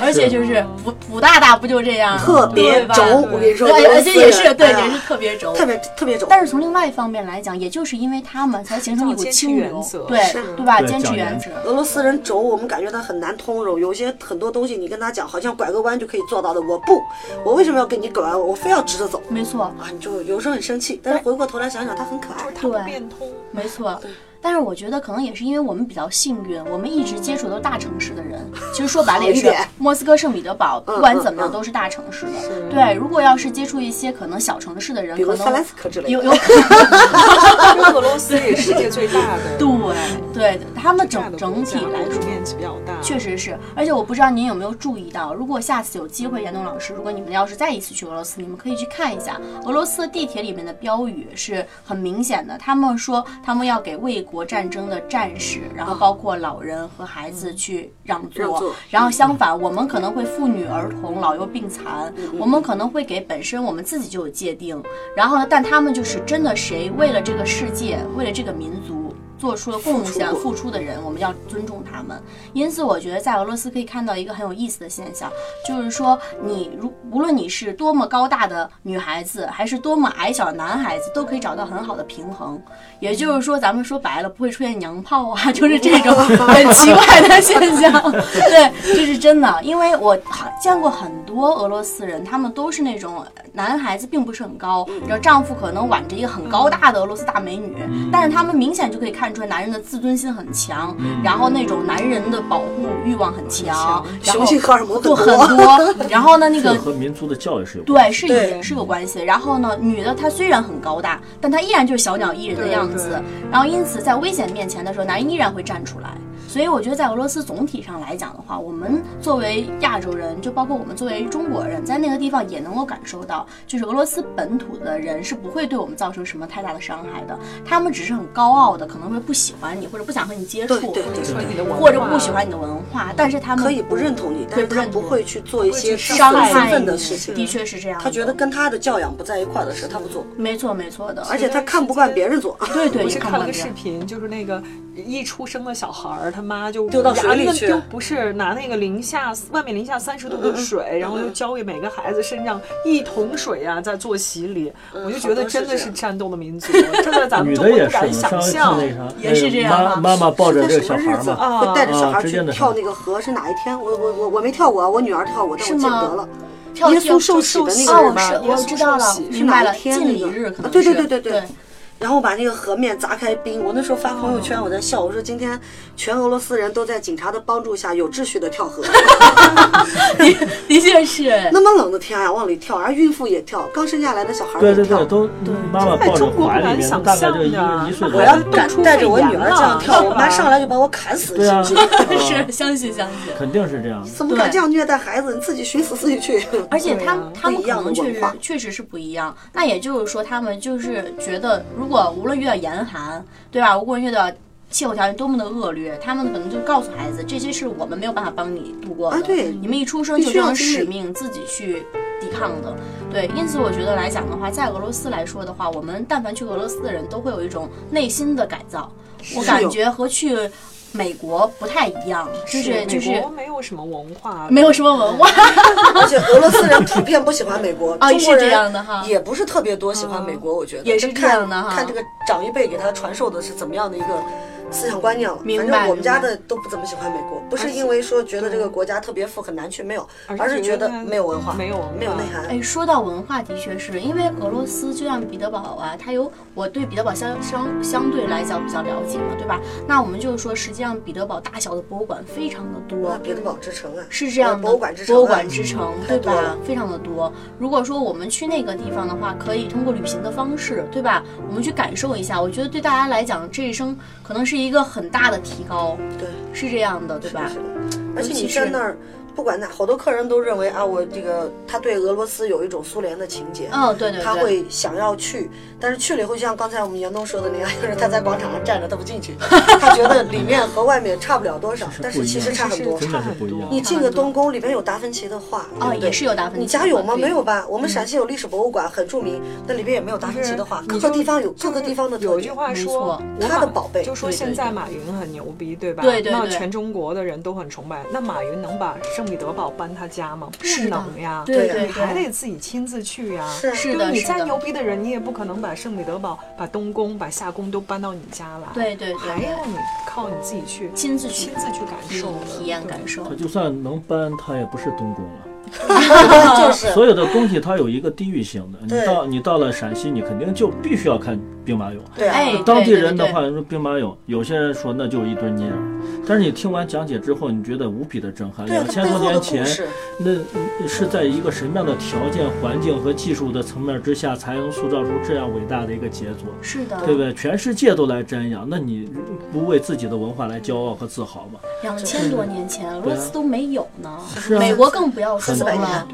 S2: 而且就是普普大大不就这样，
S5: 特别
S2: 对吧
S5: 轴，我跟你说，
S2: 对，
S5: 俄罗
S2: 呃
S5: 斯
S2: 这也是
S5: 人
S2: 对，
S5: 哎呀
S2: 也是特别轴，
S5: 特别特别轴。
S2: 但是从另外一方面来讲，也就是因为他们才形成一股清流
S3: 坚持原则，
S2: 对
S5: 是
S2: 啊对吧？
S4: 对
S2: 坚持
S4: 讲
S2: 原
S4: 原
S2: 则，
S5: 俄罗斯人轴，我们感觉他很难通融，有些很多东西你跟他讲，好像拐个弯就可以做到的。我不，我为什么要跟你拐弯？我非要直着走
S2: 没错，
S5: 啊！你就有时候很生气，但是回过头来想想，他很可爱
S3: 就是。他不
S2: 对
S3: 变通，
S2: 没错。但是我觉得可能也是因为我们比较幸运，我们一直接触都是大城市的 人。其实说白了也
S5: 好一
S2: 是
S5: 点
S2: 莫斯科、圣彼得堡，
S5: 嗯
S2: 不管怎么样
S5: 嗯
S2: 都是大城市的。
S3: 是
S2: 对，如果要是接触一些可能小城市的人，
S5: 比如
S2: 可
S5: 萨莱
S2: 能
S5: 斯克之类
S2: 有
S5: 的，
S2: 有可能
S3: 因为俄罗斯也是世界最大的
S2: 对 对，他们
S3: 大
S2: 整
S3: 的
S2: 整
S3: 国家
S2: 体来
S3: 国
S2: 说
S3: 土。面积比较大，
S2: 确实是，而且我不知道您有没有注意到，如果下次有机会，严冬老师，如果你们要是再一次去俄罗斯，你们可以去看一下俄罗斯地铁里面的标语是很明显的，他们说他们要给卫国战争的战士，然后包括老人和孩子去让座，
S5: 啊让座
S2: 然后相反，我们可能会妇女、儿童、老幼病残，
S5: 嗯
S2: 我们可能会给本身我们自己就有界定，然后呢，但他们就是真的谁为了这个世界，为了这个民族。做出了贡献、
S5: 付出
S2: 付出的人，我们要尊重他们。因此，我觉得在俄罗斯可以看到一个很有意思的现象，就是说，你如无论你是多么高大的女孩子，还是多么矮小的男孩子，都可以找到很好的平衡。也就是说，咱们说白了，不会出现娘炮啊， 就是这种 很奇怪的现象。 对，这是真的，因为我好见过很多俄罗斯人，他们都是那种男孩子并不是很高，然后丈夫可能挽着一个很高大的俄罗斯大美女，但是他们明显就可以看出来男人的自尊心很强，然后那种男人的保护欲望嗯很强，然后
S5: 雄性荷尔蒙很
S2: 都
S5: 多
S2: 很多，然后呢，那
S4: 这
S2: 个
S4: 和民族的教育是有关
S2: 对，
S4: 系
S2: 是
S5: 对
S2: 有是有关系。然后呢，女的她虽然很高大，但她依然就是小鸟依人的
S3: 对
S2: 样
S3: 对
S2: 子。然后因此在危险面前的时候，男人依然会站出来。所以我觉得在俄罗斯总体上来讲的话，我们作为亚洲人，就包括我们作为中国人，在那个地方也能够感受到，就是俄罗斯本土的人是不会对我们造成什么太大的伤害的。他们只是很高傲的，可能会不喜欢你，或者不想和你接触，
S5: 对对对，
S3: 所以你的文化
S2: 或者不喜欢你的文化，但是他们
S5: 可以不认同你，但是
S2: 不
S5: 他
S2: 认
S5: 不
S2: 同
S5: 会去做一些
S3: 不会去
S2: 伤
S5: 自己身
S2: 害
S5: 份
S2: 你
S5: 的事情，
S2: 的确是这样的。
S5: 他觉得跟他的教养不在一块儿的事，他不做，
S2: 没错没错的，
S5: 而且他看不惯别人做。
S2: 对对，
S3: 我
S2: 也
S3: 是
S2: 看
S3: 看
S2: 不
S3: 了
S2: 惯别
S3: 个视
S2: 人
S3: 频，就是那个一出生的小孩儿，他妈就
S5: 丢到水里去
S3: 拿那个丢不是拿那个零下外面零下三十度的水，然后
S5: 嗯
S3: 就浇给每个孩子身上一桶水啊，在做洗礼。
S5: 嗯
S3: 我就觉得真的是战斗的民族，这在咱们
S4: 女
S3: 中
S4: 的
S3: 国
S4: 也
S3: 不
S4: 是，
S3: 敢
S4: 你上
S3: 想
S4: 次
S3: 象。
S4: 那啥，
S2: 也是这样
S4: 那个
S2: 啊
S4: 妈妈妈抱着
S5: 在
S4: 这个
S5: 什
S4: 小
S5: 么
S4: 孩
S5: 日
S4: 儿
S5: 子
S4: 嘛，
S5: 会带着小孩
S4: 啊
S5: 去
S4: 之间的
S5: 跳
S4: 事
S5: 那个河？是哪一天？我我我我没跳过啊，我女儿跳过，但我
S2: 是
S5: 记
S2: 吗
S5: 不得了。
S2: 跳
S5: 耶
S2: 跳
S5: 稣受洗的那个
S3: 受洗
S5: 人
S2: 哦，
S5: 吧
S2: 是，我知道了，
S3: 耶稣受洗
S2: 明白了，
S5: 是哪一天
S2: 敬礼
S5: 那个
S2: 日可能
S5: 啊对对
S2: 是
S5: 对对对
S2: 对。
S5: 然后把那个河面砸开冰。我那时候发朋友
S4: 哦
S5: 圈，我在笑，我说今天全俄罗斯人都在警察的帮助下有秩序的跳河，
S2: 的确是。
S5: 那么冷的天啊，往里跳，而孕妇也跳，刚生下来的小孩儿
S4: 对
S5: 也
S4: 对
S5: 跳
S4: 对，。都妈妈抱着怀里面，都大概就一个一岁左
S5: 我
S4: 右
S5: 要
S4: 的
S5: 敢
S4: 时候。
S5: 带着我女儿这样跳， 我妈上来就把我砍死，
S4: 对啊，
S5: 是 不是？
S2: 是，相信相信。
S4: 肯定是这样的。
S5: 怎么敢这样虐待孩子？你自己寻死自己去。
S2: 而且他
S3: 对啊
S2: 们他们
S5: 不一
S2: 可
S5: 样
S2: 能
S5: 的
S2: 确
S5: 文
S2: 实
S5: 化
S2: 确实是不一样。那也就是说，他们就是觉得，如果无论遇到严寒，对吧？无论遇到气候条件多么的恶劣，他们可能就告诉孩子，这些是我们没有办法帮你度过的。
S5: 啊对
S2: 你们一出生
S5: 必
S2: 就
S5: 须
S2: 这
S5: 要
S2: 种
S5: 经历
S2: 使命，自己去抵抗的。对，因此我觉得来讲的话，在俄罗斯来说的话，我们但凡去俄罗斯的人都会有一种内心的改造。我感觉和去美国不太一样，就是就
S3: 美
S2: 是
S3: 国没有什么文化，
S2: 没有什么文化。
S5: 而且俄罗斯人普遍不喜欢美国，
S2: 啊
S5: 中国
S2: 是这样
S5: 人
S2: 的哈
S5: 哦也不是特别多喜欢美国，我觉得
S2: 也是
S5: 就
S2: 这
S5: 看
S2: 样的哈
S5: 看这个长一辈给他传授的是怎么样的一个思想观念了。啊
S2: 嗯明白
S5: 反正我们家
S2: 明
S5: 的都不怎么喜欢美国，不是因为说觉得这个国家特别富很难去，没有，
S2: 嗯
S5: 而是觉得没有文化，
S3: 没有文化
S5: 没有内涵。
S2: 哎，说到文化，的确是因为俄罗斯就像彼得堡啊，它有我对彼得堡相相相对来讲比较了解嘛，对吧？那我们就是说，实际上彼得堡大小的博物馆非常的多
S5: 哇，，彼得堡之城啊，
S2: 是这样的，
S5: 博物馆之城啊，
S2: 博物馆之城，
S4: 嗯
S2: 对
S5: 太多
S2: 吧
S5: 了？
S2: 非常的多。如果说我们去那个地方的话，可以通过旅行的方式，对吧？我们去感受一下，我觉得对大家来讲，这一生可能是一个很大的提高，
S5: 对，
S2: 是这样的，对吧？
S5: 是的，而且
S2: 尤其
S5: 你
S2: 是
S5: 在那儿，不管哪，好多客人都认为啊，我这个他对俄罗斯有一种苏联的情结，
S2: 嗯，对对
S5: 他
S2: 对。
S5: 会想要去，但是去了以后，就像刚才我们严冬说的那样，就是他在广场上站着，他不进去，他觉得里面和外面差不了多少，但是其实差很多。
S4: 真的是不一样
S5: 你进个东宫，里面有达芬奇的画，
S2: 哦，
S5: 对不对
S2: 也是有达芬奇的。
S5: 你家有吗？
S2: 对
S5: 没有吧？我们陕西有历史博物馆，很著名，那里边也没有达芬奇的画。各个地方有各个地方的特
S3: 有一
S5: 点
S3: 句话
S2: 没
S3: 说
S2: 错，
S3: 我
S5: 他
S3: 马
S5: 的宝贝
S3: 就说
S2: 对对
S3: 现
S2: 对
S3: 在马云很牛逼，对吧？
S2: 对对
S3: 那
S2: 对
S3: 全中国的人都很崇拜，那马云能把圣彼得堡搬他家吗？
S2: 是
S3: 不
S2: 的
S3: 能呀，
S2: 对
S5: 对
S2: 对
S3: 你
S2: 对，
S3: 还得自己亲自去呀。
S5: 啊是
S2: 是
S3: 对吧
S2: 的，
S3: 你
S2: 是
S3: 再
S2: 的。
S3: 牛逼的人，你也不可能把圣彼得堡、把东宫、把夏宫都搬到你家来。
S2: 对对对
S3: 还要你靠你自己去
S2: 亲自去
S3: 亲自去感受的
S2: 体验
S3: 对
S2: 感受
S4: 他。就算能搬，他也不是东宫了。
S5: 就是
S4: 所有的东西它有一个地域性的，你
S5: 对
S4: 到你到了陕西，你肯定就必须要看兵马俑。
S5: 对啊
S2: 哎，
S4: 当地
S2: 对对
S4: 人的
S2: 对
S4: 话说兵马俑，有些人说那就是一堆泥人，但是你听完讲解之后，你觉得无比的震撼。
S5: 对啊
S4: 两，
S5: 他
S4: 千
S5: 背
S4: 多
S5: 后的
S4: 年
S5: 故
S4: 前，
S5: 事，
S4: 那嗯是在一个什么样的条件、环境和技术的层面之下，才能塑造出这样伟大的一个杰作？
S2: 是的，
S4: 对不对？全世界都来瞻仰，那你不为自己的文化来骄傲和自豪吗？
S2: 两千多年前，俄罗斯都没有呢，
S4: 啊是啊
S2: 美国更不要说
S5: 四百年
S2: 了。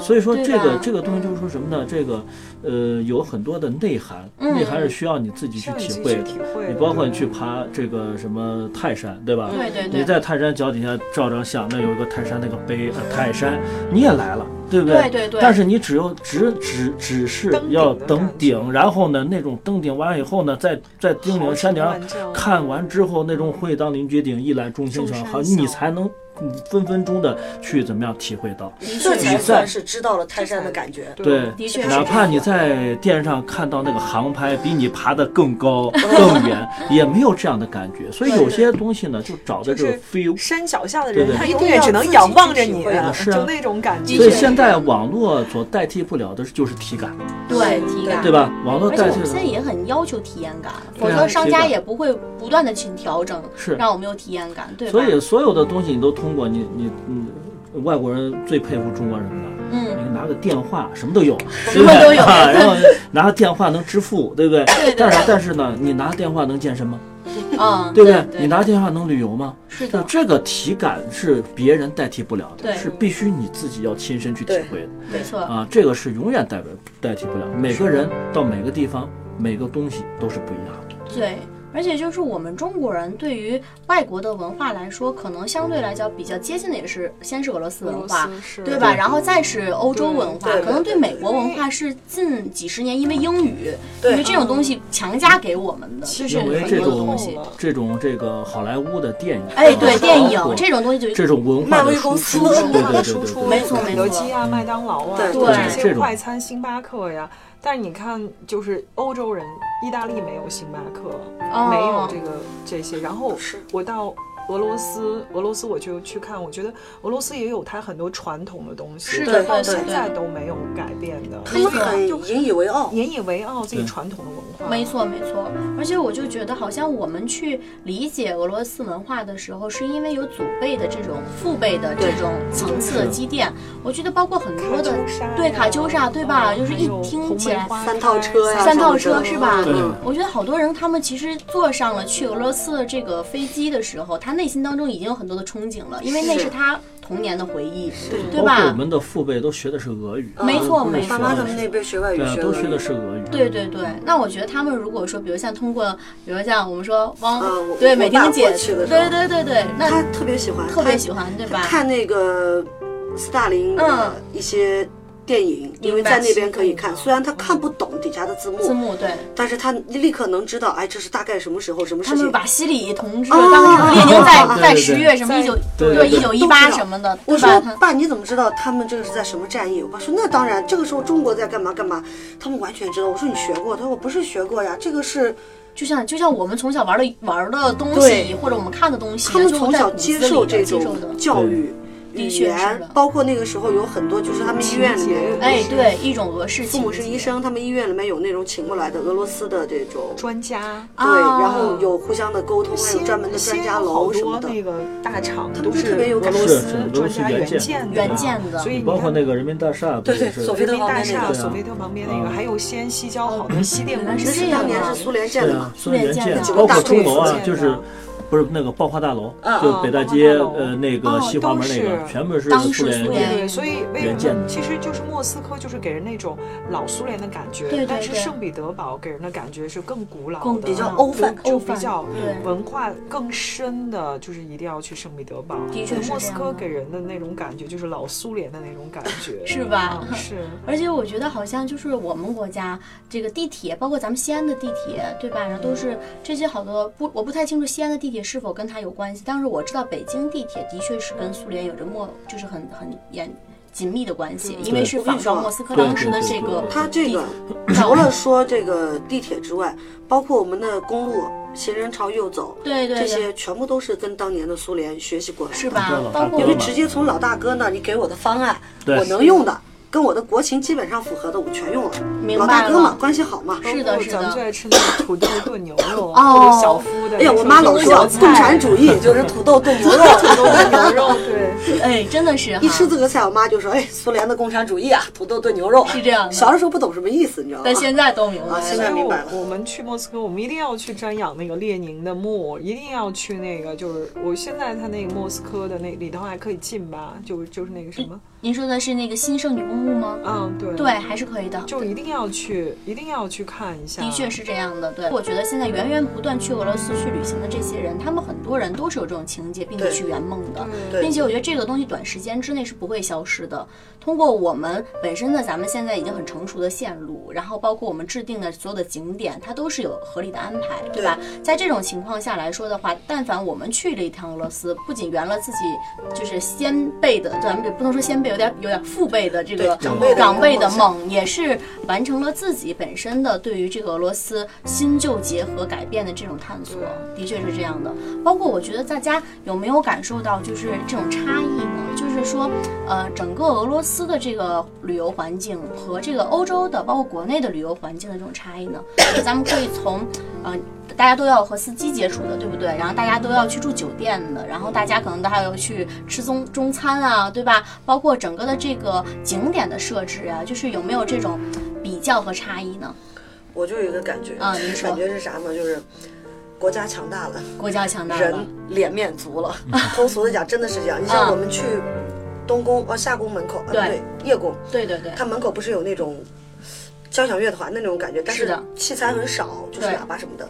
S4: 所以说这
S2: 对
S4: 个
S2: 吧
S4: 这个东西就是说什么呢？这个呃有很多的内涵，内涵是需要你自己去
S3: 需要你自
S4: 体
S3: 己
S4: 会
S3: 去
S4: 的
S3: 体会的
S4: 你包括
S3: 对
S4: 你去爬这个什么泰山，对吧？
S2: 对对对，
S4: 你在泰山脚底下照张相，那有一个泰山那个碑，呃泰山你也来了，对不对？
S2: 对对对
S4: 但是你只有只只只是
S3: 登顶
S4: 要
S3: 的
S4: 登
S3: 感
S4: 顶，然后呢，那种登顶完以后呢，在在顶
S3: 好
S4: 顶山顶上
S3: 长万丈
S4: 看完之后，那种会当凌绝顶，一览众星
S3: 众
S4: 辰，
S3: 山
S4: 好，
S3: 小
S4: 你才能你分分钟的去怎么样体会
S3: 嗯
S4: 到。
S5: 这
S4: 你
S5: 才
S4: 在
S5: 算是知道了泰山的感觉。
S4: 对，
S2: 的确是
S4: 哪
S2: 这
S4: 怕
S5: 样
S4: 你
S5: 的
S4: 在电视上看到那个航拍比你爬得更高更远，也没有这样的感觉。所以有些东西呢，就找的这
S3: 就
S4: 个
S3: 是
S4: feel。
S3: 山脚下的人，
S4: 对对
S3: 他永远只能仰望着你，
S5: 嗯
S4: 是啊
S3: 就那种感觉。
S4: 所以现在网络所代替不了的就是体感，
S2: 对体感，
S4: 对？吧？网络
S2: 嗯而且
S4: 代
S2: 我
S4: 替
S2: 们现在
S4: 了
S2: 也很要求体验感，否
S4: 对啊
S2: 则商
S4: 体
S2: 家
S4: 感
S2: 也不会不断的去调整，
S4: 是
S2: 让我们有体验感，嗯对吧？
S4: 所以所有的东西你都通过你你嗯，外国人最佩服中国人了。
S2: 嗯，
S4: 你拿个电话，什么都有，什
S2: 么都有
S4: 啊然后拿个电话能支付，对不对？但是但是呢，你拿电话能健身吗？
S2: 嗯，
S4: 对不
S2: 对？
S4: 你拿电话能旅游吗？
S2: 是
S4: 就
S2: 的，
S4: 这个体感是别人代替不了
S2: 对
S4: 的，是必须你自己要亲身去体会的
S2: 没错，
S4: 啊！这个是永远代表代替不了。每个人到每个地方，每个东西都是不一样的。
S2: 对。而且就是我们中国人对于外国的文化来说，可能相对来讲比较接近的也是先是俄罗斯
S3: 俄罗
S2: 文
S3: 斯
S2: 化，
S3: 是
S2: 对吧？然后再是欧洲文化，
S5: 对对
S2: 可能对
S5: 对
S2: 美国文化是近几十年因为英语，
S5: 对
S2: 因为这种东西强加给我们的，就是
S4: 因为
S2: 很
S4: 这
S2: 多的
S4: 种
S2: 东西。
S4: 这种这个好莱坞的电影，
S2: 哎，对，
S4: 包括
S2: 电影这种东西就
S4: 这种文化
S5: 漫
S4: 的
S5: 威
S4: 输
S5: 公
S4: 出，
S5: 司
S4: 对
S3: 文化
S4: 对对
S3: 的输
S4: 对
S3: 出，
S4: 对，
S2: 没错
S3: 肯德基啊、麦当劳啊，
S5: 对
S2: 对
S3: 这
S4: 这
S3: 些
S4: 种
S3: 快餐、星巴克呀。但是你看，就是欧洲人，意大利没有星巴克，
S2: 哦
S3: 没有这个这些。然后我到俄罗斯，俄罗斯我就去看，我觉得俄罗斯也有它很多传统的东西，
S2: 是
S5: 的
S3: 到
S5: 对
S2: 对
S3: 现
S2: 对
S3: 在都没有改变的。
S5: 他们很引以为傲。
S3: 引以为傲自己
S4: 对
S3: 传统的文化，
S2: 没错，没错。而且我就觉得，好像我们去理解俄罗斯文化的时候，是因为有祖辈的这种、父辈的这种层次的积淀。我觉得，包括很多的
S3: 卡秋莎呀哦
S2: 对卡秋莎，对吧？就是一听起来
S5: 三套车呀、
S2: 三套
S5: 什么
S2: 车
S5: 的
S2: 是吧
S4: 对？
S2: 我觉得好多人他们其实坐上了去俄罗斯的这个飞机的时候，他内心当中已经有很多的憧憬了，因为那
S5: 是
S2: 是他童年的回忆，对
S4: 包括我
S2: 吧？
S4: 们的父辈都学的是俄语，
S2: 没错
S4: 都是
S2: 没
S4: 学
S2: 错
S5: 爸妈他们那辈学外语
S4: 对啊，
S5: 学
S4: 都
S5: 俄
S4: 学的
S5: 语，
S4: 是俄语。
S2: 对对对，那我觉得他们如果说，比如像通过，比如像我们说汪，
S5: 呃我
S2: 对
S5: 我
S2: 美
S5: 爸
S2: 婷
S5: 过
S2: 姐，
S5: 去的
S2: 对
S5: 时候
S2: 对对对，那
S5: 他特别喜欢，
S2: 特别喜
S5: 欢，
S2: 欢，对吧
S5: 他？看那个斯大林的
S2: 嗯
S5: 一些电影，因为在那边可以看，虽然他看不懂底下的字幕，
S2: 字幕对，
S5: 但是他立刻能知道，哎，这是大概什么时候什么
S2: 他
S5: 事情
S2: 们。把西里同志
S5: 啊
S2: 当时列宁
S4: 啊
S2: 在
S4: 对
S2: 在
S4: 对
S2: 十
S4: 对
S2: 月什么
S3: 在
S2: 一九
S4: 对
S2: 对
S4: 对
S2: 一
S4: 对
S2: 九一
S5: 哦都
S2: 八
S5: 知道
S2: 什么的，
S5: 我
S2: 对吧？
S5: 说
S2: 他
S5: 爸，你怎么知道他们这个是在什么战役？我爸说那当然，这个时候中国在干嘛干嘛，他们完全知道。我说你学过？他说我不是学过呀，啊这个是
S2: 就像就像我们从小玩的玩的东西
S5: 对，
S2: 或者我们看的东西，
S5: 他们
S2: 就
S5: 从
S2: 在
S5: 小
S2: 骨子
S5: 接
S2: 里
S5: 受
S2: 的
S5: 这
S2: 接
S5: 种
S2: 受的
S5: 教育、
S2: 对
S5: 语
S2: 的确是
S5: 言
S2: 的，
S5: 包括那个时候有很多就是他们医院里面有，
S2: 哎，对，一种俄式
S5: 父母
S2: 情
S5: 是
S2: 节
S5: 医生，他们医院里面有那种请过来的俄罗斯的这种。
S3: 专家
S5: 对，
S2: 啊
S5: 然后有互相的沟通，还
S3: 西
S5: 有专门的专家
S3: 西欧
S5: 楼
S3: 好
S5: 什么
S3: 多
S5: 的。
S3: 那个大厂
S5: 他们
S3: 都
S5: 就特
S3: 是
S5: 别有
S3: 俄
S5: 感
S3: 罗
S5: 觉
S4: 是
S3: 斯
S4: 很多
S3: 专
S4: 是
S3: 家
S4: 原
S3: 件
S4: 件
S3: 的
S2: 原件的
S3: 所以你
S4: 包括
S3: 看
S4: 那个人民大厦，不
S5: 对
S4: 也
S5: 对
S4: 是
S5: 索菲
S3: 人
S5: 特
S3: 民
S5: 旁
S3: 大
S5: 边那
S3: 厦、
S5: 个，啊
S3: 索菲特旁边那个，
S4: 嗯
S3: 还有先西交好多西电公
S2: 原来是
S3: 司
S2: 这
S5: 是
S2: 样
S5: 当
S2: 啊
S5: 年是苏联建
S4: 对
S5: 的
S4: 啊
S5: 嘛，？
S4: 苏联
S2: 苏联
S4: 建
S2: 建
S4: 的，
S2: 的
S4: 包括钟楼
S3: 大
S4: 啊
S3: 建，的
S4: 就是不是那个爆发大楼
S5: 嗯，
S4: 就
S3: 嗯
S4: 是北大
S3: 爆发
S4: 街
S3: 大楼
S4: 呃那个
S3: 哦
S4: 西华门那
S3: 都
S4: 个，
S3: 是
S4: 全部是
S2: 当时
S4: 苏联
S2: 苏
S4: 人
S2: 联
S4: 建
S2: 对
S4: 的。
S3: 对，所以为
S4: 原
S3: 什
S4: 件
S3: 么其实就是莫斯科就是给人那种老苏联的感觉，
S2: 对对
S3: 但是
S2: 对
S3: 圣彼得堡给人的感觉是更古老的、
S2: 更
S5: 比较
S2: 古老
S5: 欧范
S3: 就
S2: 欧
S3: 比
S2: 范
S3: 较
S2: 哦对
S3: 文化更深的，就是一定要去圣彼得堡。
S2: 的确是
S3: 莫
S2: 这
S3: 斯
S2: 样
S3: 科
S2: 的
S3: 给人的那种感觉就是老苏联的那种感觉，
S2: 是吧
S3: 嗯是。
S2: 而且我觉得好像就是我们国家这个地铁，包括咱们西安的地铁，对吧？然后都是这些好多不，我不太清楚西安的地铁是否跟它有关系，但是我知道北京地铁的确是跟苏联有着莫，就是很很严紧密的关系，因为是仿照莫斯科当时的这个
S5: 它这个
S2: 地
S5: 除了说这个地铁之外，包括我们的公路、行人朝右走，
S2: 对对
S5: 这
S2: 对，
S5: 些全部都是跟当年的苏联学习过来的。
S2: 是吧
S4: 对了？
S2: 包
S4: 还
S2: 括
S5: 因
S4: 有了
S5: 为
S4: 嘛
S5: 直接从老大哥那儿你给我的方案，
S4: 对
S5: 我能用的，跟我的国情基本上符合的，我全用了。
S2: 明
S5: 老
S2: 白
S5: 大哥嘛，
S2: 了。
S5: 关系好嘛。
S2: 是
S3: 包
S2: 的，
S3: 括
S2: 是
S3: 咱们最
S2: 的，
S3: 爱吃那个土豆炖牛肉，
S2: 哦
S3: 或者小夫的。
S5: 哎呀，我妈老说
S3: 小
S5: 共产主义就是土豆炖牛肉，
S3: 土豆炖牛肉，对。
S2: 哎，真的是哈
S5: 一吃这个菜，我妈就说：“哎，苏联的共产主义啊，土豆炖牛肉。”
S2: 是这样的，
S5: 小的时候不懂什么意思，你知道吗
S2: 但？现在都明白
S5: 啊现
S2: 了
S5: 在。
S3: 所以
S5: 明白
S3: 我我们去莫斯科，我们一定要去瞻仰那个列宁的墓，一定要去那个，就是我现在他那个莫斯科的那里头还可以进吧，就就是那个什么，
S2: 您说的是那个新圣女公墓吗？
S3: 嗯，对，
S2: 对，，还是可以的。
S3: 就一定要去，一定要去看一下。
S2: 的确是这样的，对，我觉得现在源源不断去俄罗斯去旅行的这些人，他们很多人都是有这种情节，并且
S5: 对嗯
S2: 去圆梦的，
S5: 对
S2: 并且我觉得这个东西短时间之内是不会消失的。通过我们本身的咱们现在已经很成熟的线路，然后包括我们制定的所有的景点，它都是有合理的安排，对吧？在这种情况下来说的话，但凡我们去了一趟俄罗斯，不仅圆了自己就是先辈的，咱们也不能说先辈，有点有点父辈的这个
S5: 对长辈的
S2: 长辈的
S5: 梦想
S2: 梦，也是完成了自己本身的对于这个俄罗斯新旧结合改变的这种探索，的确是这样的。包括我觉得大家有没有感受到就是这种差异呢？就是说，呃，整个俄罗斯的这个旅游环境和这个欧洲的，包括国内的旅游环境的这种差异呢？ 就咱们可以从，呃，大家都要和司机接触的，对不对？然后大家都要去住酒店的，然后大家可能都还要去吃中中餐啊，对吧？包括整个的这个景点的设置啊，就是有没有这种比较和差异呢？
S5: 我就有一个感觉，
S2: 啊你说
S5: 感觉是啥嘛？就是国家强大了，
S2: 国家强大了
S5: 人，脸面足 了。通俗的讲，真的是这样。你像
S2: 嗯
S5: 我们去东宫哦，夏宫门口，啊，
S2: 对
S5: 对，夜宫，
S2: 对对对，
S5: 它门口不是有那种交响乐团的那种感觉，但
S2: 是
S5: 是
S2: 的
S5: 器材很少，就是
S2: 对
S5: 喇叭什么的。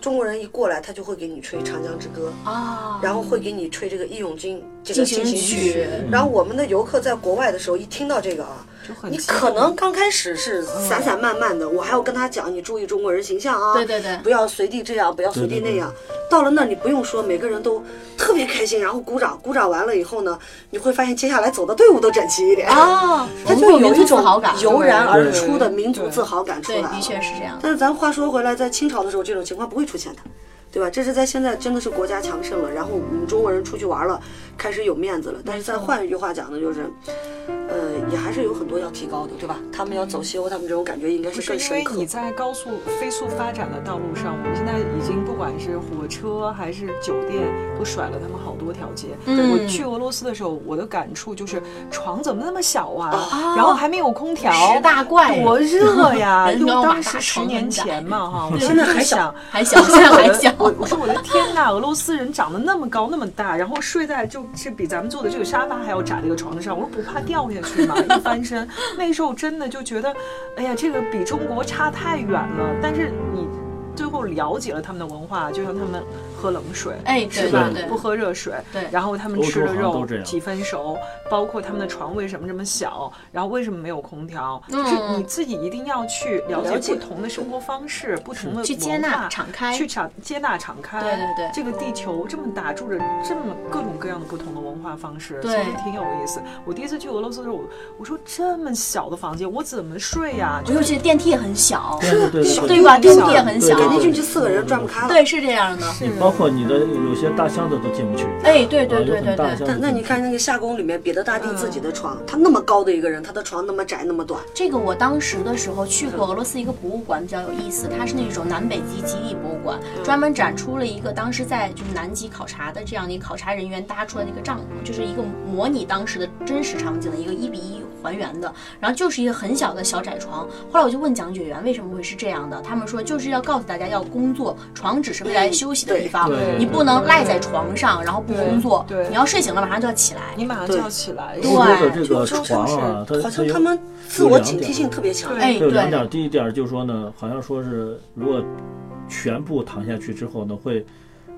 S5: 中国人一过来，他就会给你吹《长江之歌》，
S2: 啊，
S5: 然后会给你吹这个《义勇军》这个
S2: 进
S5: 进
S2: 行
S5: 行
S2: 曲嗯
S5: 曲。然后我们的游客在国外的时候，一听到这个啊，
S3: 就很
S2: 嗯
S5: 你
S3: 激动
S5: 可能刚开始是散散漫漫的，我还要跟他讲，你注意中国人形象啊，
S2: 对对对
S5: 不要随地这样，不要随地那样。到了那儿你不用说，每个人都特别开心，然后鼓掌，鼓掌完了以后呢，你会发现接下来走的队伍都整齐一点，
S2: 啊，我
S5: 他就
S2: 们
S5: 有
S2: 民
S5: 一
S2: 族自
S5: 种
S2: 豪感，
S5: 油然而出的
S3: 对
S5: 民族自豪感出来
S2: 对，
S5: 了
S2: 的。确是这样的。
S5: 但是咱话说回来，在清朝的时候，这种情况不会出现的。对吧？这是在现在真的是国家强盛了，然后我们中国人出去玩了，开始有面子了。但是再换一句话讲呢，就是，呃，也还是有很多要提高的，对吧？他们要走西欧，他们这种感觉应该是
S3: 不是
S5: 更
S3: 因
S5: 深
S3: 为
S5: 刻。
S3: 你在高速飞速发展的道路上，我们现在已经不管是火车还是酒店，都甩了他们好多条街。
S2: 嗯
S3: 我去俄罗斯的时候，我的感触就是床怎么那么小啊，
S5: 啊
S3: 然后还没有空调，
S2: 十大怪人
S3: 多热呀！
S2: 人
S3: 用
S2: 都要
S3: 当
S2: 把
S3: 时
S2: 大
S3: 十
S2: 床
S3: 年
S2: 很窄
S3: 前嘛哈，我
S2: 对
S3: 真的
S5: 现在
S3: 是
S5: 还小
S3: 想。
S2: 还 小，现 在还小。
S3: 我我说我的天呐，俄罗斯人长得那么高那么大，然后睡在就是比咱们坐的这个沙发还要窄的一个床上，我说不怕掉下去吗？一翻身，那时候真的就觉得，哎呀，这个比中国差太远了。但是你最后了解了他们的文化，就像他们喝冷水。
S2: 哎，
S3: 是
S2: 对
S3: 吧
S2: 对对
S3: 不，喝热水，
S2: 对
S3: 然后他们
S4: 欧洲
S3: 吃的
S4: 好像都
S3: 肉
S4: 这样
S3: 几分熟，包括他们的床为什么这么小，然后为什么没有空调，
S2: 嗯
S3: 就是你自己一定要去了
S5: 了
S3: 解
S5: 解
S3: 不同的生活方式，不同的
S2: 去接
S3: 文
S2: 纳
S3: 化
S2: 敞开
S3: 去敞接纳敞开。
S2: 对对对
S3: 这个地球这么大，住着这么各种各样的不同的文化方式，
S2: 对
S3: 其实挺有意思。我第一次去俄罗斯的时候，我我说这么小的房间，我怎么睡呀？就
S2: 尤其电梯也很小，
S4: 对对对
S2: 对吧？电梯也很
S4: 对
S2: 小，
S4: 对
S5: 赶进去就四个人转不开了。
S2: 对，是这样的。
S4: 你包括你的有些大箱子都进不去。
S2: 哎，对对
S4: 啊有
S2: 对对
S4: 很大的
S2: 对，
S5: 那
S4: 箱子
S5: 那
S4: 进
S5: 你
S4: 不去
S5: 看那个夏宫里面彼得大帝自己
S3: 嗯
S5: 的床，他那么高的一个人，他的床那么窄那么短，
S2: 这个我当时的时候去过俄罗斯一个博物馆，比较有意思，它是那种南北极极地博物馆，
S4: 嗯
S2: 专门展出了一个当时在就是南极考察的这样的一个考察人员搭出来的一个帐篷，就是一个模拟当时的真实场景的一个一比一还原的，然后就是一个很小的小窄床。后来我就问讲解员为什么会是这样的，他们说就是要告诉大家要工作，床只是未来休息的
S5: 对
S2: 地方
S4: 对对，
S2: 啊你不能赖在床上然后不工作
S3: 对，对
S2: 你要睡醒了马上就要起来。
S3: 你马上就要起来，
S2: 对
S4: 欧洲的
S2: 对
S4: 这
S3: 就
S4: 个
S3: 就
S4: 床
S3: 是
S4: 啊，它
S5: 好
S4: 它
S5: 像
S4: 有
S5: 他们自我警惕性特别强。
S3: 对
S2: 哎，
S4: 它有两
S2: 对
S4: 点儿，第一点儿就是说呢，好像说是如果全部躺下去之后呢，会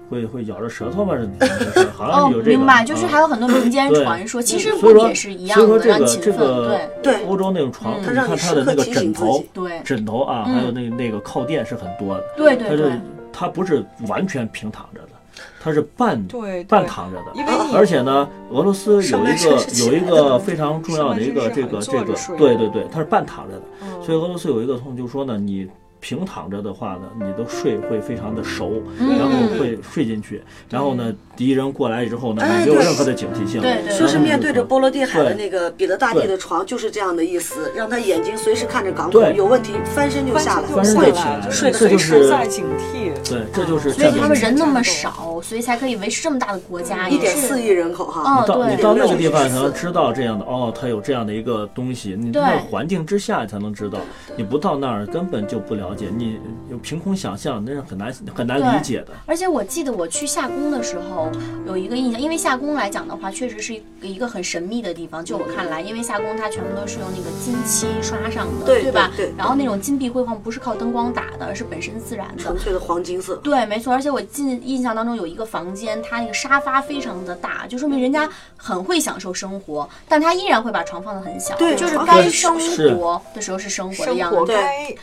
S4: 会会咬着舌头吧， 是怎么回事儿？好像
S2: 哦
S4: 是有，这个。
S2: 明白，就
S4: 啊
S2: 是还有很多民间
S4: 对
S2: 传说，其实
S4: 所以
S2: 不
S4: 说
S2: 也是一样
S4: 所以说
S2: 的，
S4: 这
S2: 让
S4: 个
S2: 勤
S4: 这
S2: 奋，对
S4: 个
S5: 对
S4: 欧洲那种床，
S2: 嗯
S4: 你
S2: 它
S4: 看
S5: 让你
S4: 它
S5: 时
S4: 的那
S5: 刻
S4: 个
S5: 提醒
S4: 枕
S5: 自
S4: 头
S5: 己。
S2: 对
S4: 枕头啊，
S2: 嗯
S4: 还有那个那个靠垫是很多的，
S2: 对
S4: 它
S2: 对对
S4: 是，它不是完全平躺着的，它是半
S3: 对对
S4: 半躺着的。
S3: 因为你
S4: 而且呢，俄罗斯有
S5: 上半
S4: 一
S5: 身
S4: 个
S5: 是
S4: 有
S5: 起
S4: 一
S5: 来的
S4: 个非常重要的一个
S3: 上半身
S4: 这
S3: 是
S4: 个
S3: 好
S4: 这个
S3: 坐着睡，的
S4: 对对对，它是半躺着的，
S3: 嗯
S4: 所以俄罗斯有一个痛，就是说呢，你平躺着的话呢，你的睡会非常的熟，
S2: 嗯
S4: 然后会睡进去，然后呢，敌人过来之后呢，
S5: 哎
S4: 你没有
S5: 对
S4: 任何的警惕性，
S2: 对对对
S5: 说是面对着波罗的海的
S4: 嗯对
S5: 那个彼得大帝的床，就是这样的意思，让他眼睛随时看着港口，
S4: 对
S5: 有问题翻身就下来。
S4: 翻身
S3: 下
S4: 就起来
S3: 来，
S4: 了
S3: 就是
S5: 这
S3: 随
S5: 就
S3: 时
S4: 是
S3: 在警惕。
S4: 对，这就是
S2: 所
S4: 战
S2: 以
S4: 略
S2: 他们
S4: 目的
S2: 人那么少，所以才可以维持这么大的国家，
S5: 嗯一
S2: 也
S5: 点
S2: 嗯是
S5: 四亿人口哈，
S2: 哦
S4: 你到
S2: 对
S4: 你到那个
S5: 对
S4: 地方，
S5: 对
S4: 才能知道这样的哦，它有这样的一个东西，你
S2: 对
S4: 那环境之下才能知道，你不到那儿根本就不了解，你有凭空想象那是很难很难
S2: 对
S4: 理解的。
S2: 而且我记得我去夏宫的时候有一个印象，因为夏宫来讲的话，确实是一个很神秘的地方。就我看来，因为夏宫它全部都是用那个金漆刷上的，
S5: 对
S2: 吧？
S5: 对对
S2: 然后那种金碧辉煌不是靠灯光打的，而是本身自然的
S5: 纯。粹的黄金色。
S2: 对，没错，而且我进印象当中有一个房间，它那个沙发非常的大，就说明人家很会享受生活，但他依然会把床放得很小，
S5: 对
S2: 就是
S5: 床
S2: 该
S4: 很
S2: 生
S4: 小是
S2: 活的时候是生活的
S3: 生
S2: 样
S3: 活
S2: 子，
S3: 该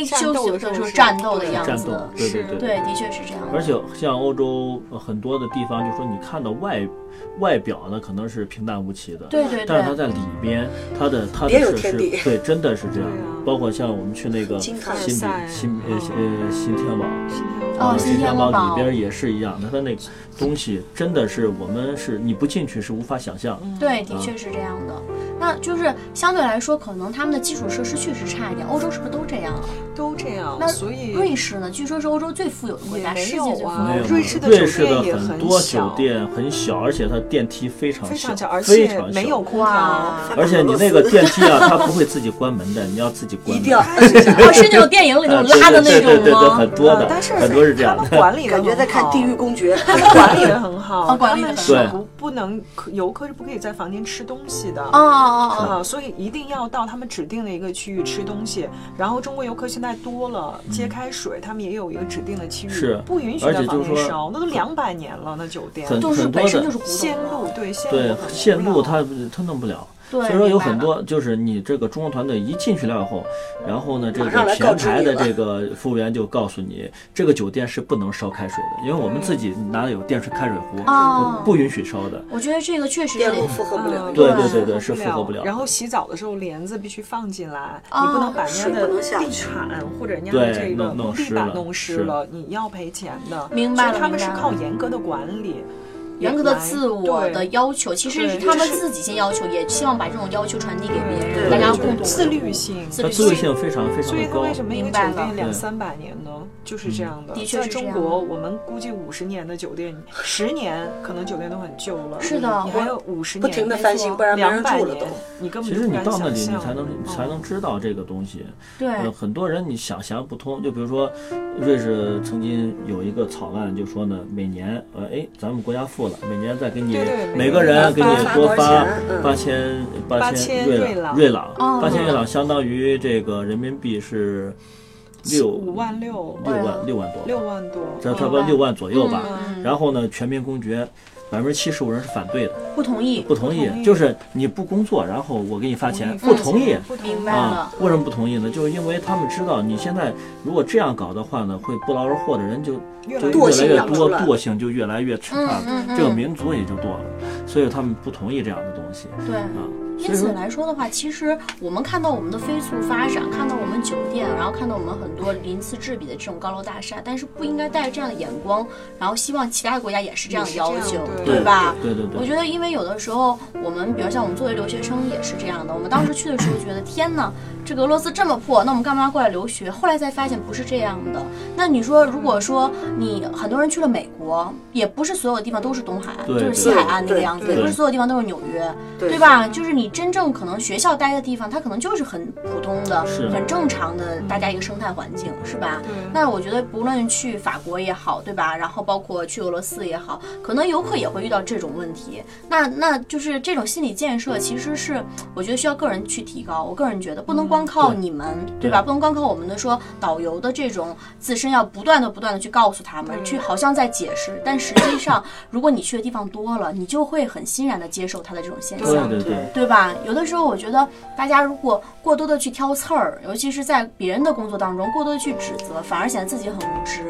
S2: 该
S3: 战
S2: 休
S3: 斗
S2: 息
S3: 的
S2: 时候
S3: 时候
S2: 是战斗的
S3: 对
S2: 样
S4: 战
S2: 子
S4: 斗，对对
S3: 是
S4: 对。
S2: 对，的确是这样的。
S4: 而且像欧洲呃很多的地方，就说你看到外外表呢，可能是平淡无奇的，
S2: 对对
S4: 但是它
S2: 对，
S4: 在里边，它的它的
S5: 别有
S4: 是
S5: 天
S4: 是，
S5: 地
S4: 对，真的是这样
S3: 对啊。
S4: 包括像我们去那个新
S5: 金塔
S4: 比
S5: 尔
S4: 新
S3: 赛
S4: 呃呃新天网，
S2: 哦
S4: 啊，
S2: 新天
S4: 天
S2: 鹅堡
S4: 里边也是一样，它的那个东西真的是我们是你不进去是无法想象。
S2: 对，的确是这样的。那就是相对来说，可能他们的基础设施确实差一点。欧洲是不是都这样啊？
S3: 都这样
S2: 那，
S3: 所以
S2: 瑞士呢？据说是欧洲最富有的国
S3: 也
S2: 家，
S3: 没
S2: 世界最富有
S3: 有啊
S2: 的
S4: 没
S2: 国家。
S4: 有
S3: 瑞士的
S4: 瑞士
S3: 酒
S4: 的
S3: 店也
S4: 很
S3: 很
S4: 多
S3: 小
S4: 酒店很小，而且它电梯非常
S3: 非常
S4: 小
S3: 小，，而
S4: 非
S3: 且
S4: 常小
S3: 没有空调
S2: 哇。，
S4: 而且你那个电梯啊，它不会自己关门的，你要自己关
S5: 一
S4: 门。
S5: 定要
S2: 哦，是那种电影里那
S4: 啊
S2: 种拉的那
S4: 对对对对
S2: 种
S4: 对，
S2: 吗
S4: 很？多的
S3: 呃，但是
S4: 很多是这样
S3: 他们
S4: 的。
S3: 管理的
S5: 感觉在看《地狱公爵》
S3: 他们管理的很好，
S2: 哦管理得
S3: 他
S2: 很
S3: 们
S2: 好
S3: 是
S4: 对
S3: 不不能可游客是不可以在房间吃东西的。
S2: 哦哦哦，
S3: 啊、所以一定要到他们指定的一个区域吃东西。然后中国游客现在多了，接开水他们也有一个指定的区域，
S4: 是
S3: 不允许
S4: 而
S3: 在
S4: 且
S3: 房
S4: 就是
S3: 间
S4: 说
S3: 烧，那都两百年了，那酒店
S4: 很
S2: 就是
S4: 很多
S2: 本身
S4: 的
S2: 就是古
S3: 线
S2: 董
S3: 路对线路
S4: 对
S3: 很
S4: 线
S3: 重要
S4: 路它它弄不了，
S2: 对，
S4: 所以说有很
S2: 明白了。
S4: 多就是你这个中国团队一进去了以后，然后呢，这
S5: 马上
S4: 个
S5: 来告
S4: 前
S5: 知
S4: 台
S5: 你
S4: 的
S5: 了
S4: 这个服务员就告诉你，这个酒店是不能烧开水的，因为我们自己拿的有电水开水壶，
S2: 哦
S4: 不不允许烧的。
S2: 我觉得这个确实
S5: 电
S2: 得
S5: 哎路负荷不了
S2: 嗯
S4: 对
S2: 对
S4: 对对是
S3: 是
S4: 负荷不了的
S3: 然后洗澡的时候帘子必须放进来，
S2: 哦
S3: 你不能把人家
S5: 水
S3: 的
S5: 不能下
S3: 地
S5: 去
S3: 毯或者人家
S4: 对
S3: 的这个
S4: 弄弄
S3: 地
S4: 湿
S3: 板
S4: 了
S3: 弄湿
S4: 是
S3: 了，你要赔钱的。
S2: 明白了
S3: 所以他们
S2: 明
S3: 是
S2: 白了
S3: 靠严格的管理，
S2: 严格的
S3: 来
S2: 自我
S3: 对
S2: 的要求，其实
S3: 对
S2: 是他们
S3: 是
S2: 自己先要求，也希望把这种要求传递给别人，
S5: 对
S2: 大家
S4: 对
S2: 共同
S3: 自律性，
S2: 自
S4: 它
S2: 律
S4: 自律性非常非常
S3: 所以
S4: 的
S3: 它
S4: 高
S3: 为。什么一个
S2: 明
S3: 酒
S2: 白了嗯
S3: 店两
S4: 对
S3: 三百年呢？就是这样的。
S2: 的确
S3: 在
S2: 是这
S3: 中
S2: 样
S3: 国，我们估计五十年的酒店，十年可能酒店都很旧了。
S2: 是的
S3: 你
S2: 我
S3: 还有五十年，
S5: 不停的
S2: 没
S5: 翻
S2: 错
S5: 新，不然没
S3: 两
S5: 人
S3: 百
S5: 住了
S3: 年
S5: 都。，
S3: 你根
S4: 其
S3: 本
S4: 实
S3: 就不
S4: 你
S3: 敢
S4: 到那
S3: 想
S4: 里，你
S3: 象。
S4: 才能
S3: 嗯
S4: 你才能知道这个东西。
S2: 对嗯
S4: 呃，很多人你想想不通，就比如说，瑞士曾经有一个草案，就说呢，每年呃，哎，咱们国家付了，每年再给你
S3: 对对
S4: 每个
S3: 每个
S4: 人
S3: 人
S4: 给
S3: 发
S4: 你
S3: 发
S4: 多
S5: 多少
S4: 发
S5: 钱嗯
S4: 八千
S3: 八
S4: 千
S3: 千瑞
S4: 朗
S3: 朗
S4: 瑞朗，
S2: 哦
S4: 八千瑞朗相当于这个人民币是六
S3: 五万六，
S4: 六
S2: 哎呀
S4: 万六万多，
S3: 六万多，
S4: 这差不
S3: 嗯
S4: 多六万左右吧。
S2: 嗯
S4: 然后呢，全民公决，百分之七十五人是反对的，
S2: 不同意，
S4: 不同意，
S3: 同意
S4: 就是你不工作，然后我给你发钱，不
S3: 不
S4: 同意。
S3: 不同意
S2: 明白
S4: 啊
S2: 了，，
S4: 为什么不同意呢？就是因为他们知道你现在如果这样搞的话呢，会不劳而获的人就
S3: 越来
S4: 就
S3: 越
S5: 惰
S4: 越来
S5: 性
S4: 越
S5: 养
S4: 多
S5: 出，来
S4: 惰性就越来越差
S2: 嗯，嗯嗯
S4: 啊这个民族也就多了，所以他们不同意这样的东西
S2: 对。
S4: 啊。所
S2: 因
S4: 以说
S2: 此，来说的话，其实我们看到我们的飞速发展，看到我们酒店，然后看到我们很多鳞次栉比的这种高楼大厦，但是不应该带着这样的眼光，然后希望其他国家也是这样的要
S3: 也是这
S2: 求
S3: 样，
S4: 对
S2: 吧？
S4: 对对
S2: 我
S4: 对，
S2: 觉得，因为有的时候我们，比如像我们作为留学生也是这样的。我们当时去的时候觉得，天呐，这个俄罗斯这么破，那我们干嘛过来留学？后来才发现不是这样的。那你说，如果说你很多人去了美国，也不是所有地方都是东海岸，就
S4: 对
S2: 是西海岸那个样子，
S5: 对
S2: 也
S4: 对
S2: 不是所有地方都是纽约，
S5: 对
S2: 对吧？就是你真正可能学校待的地方，它可能就是很普通的、
S4: 是
S2: 很正常的大家一个生态环境，是吧？
S3: 对
S2: 那我觉得，不论去法国也好，对吧？然后包括去俄罗斯也好，可能游客也会遇到这种问题。那那就是这种心理建设，其实是我觉得需要个人去提高。我个人觉得，不能光靠
S4: 对
S2: 你们，对吧？不能光靠我们的说导游的这种自身要不断的不断的去告诉他们，去好像在解释，但实际上，如果你去的地方多了，你就会很欣然的接受他的这种现象。
S4: 对对对，
S2: 对吧？有的时候我觉得大家如果过多的去挑刺儿，尤其是在别人的工作当中过多的去指责，反而显得自己很无知。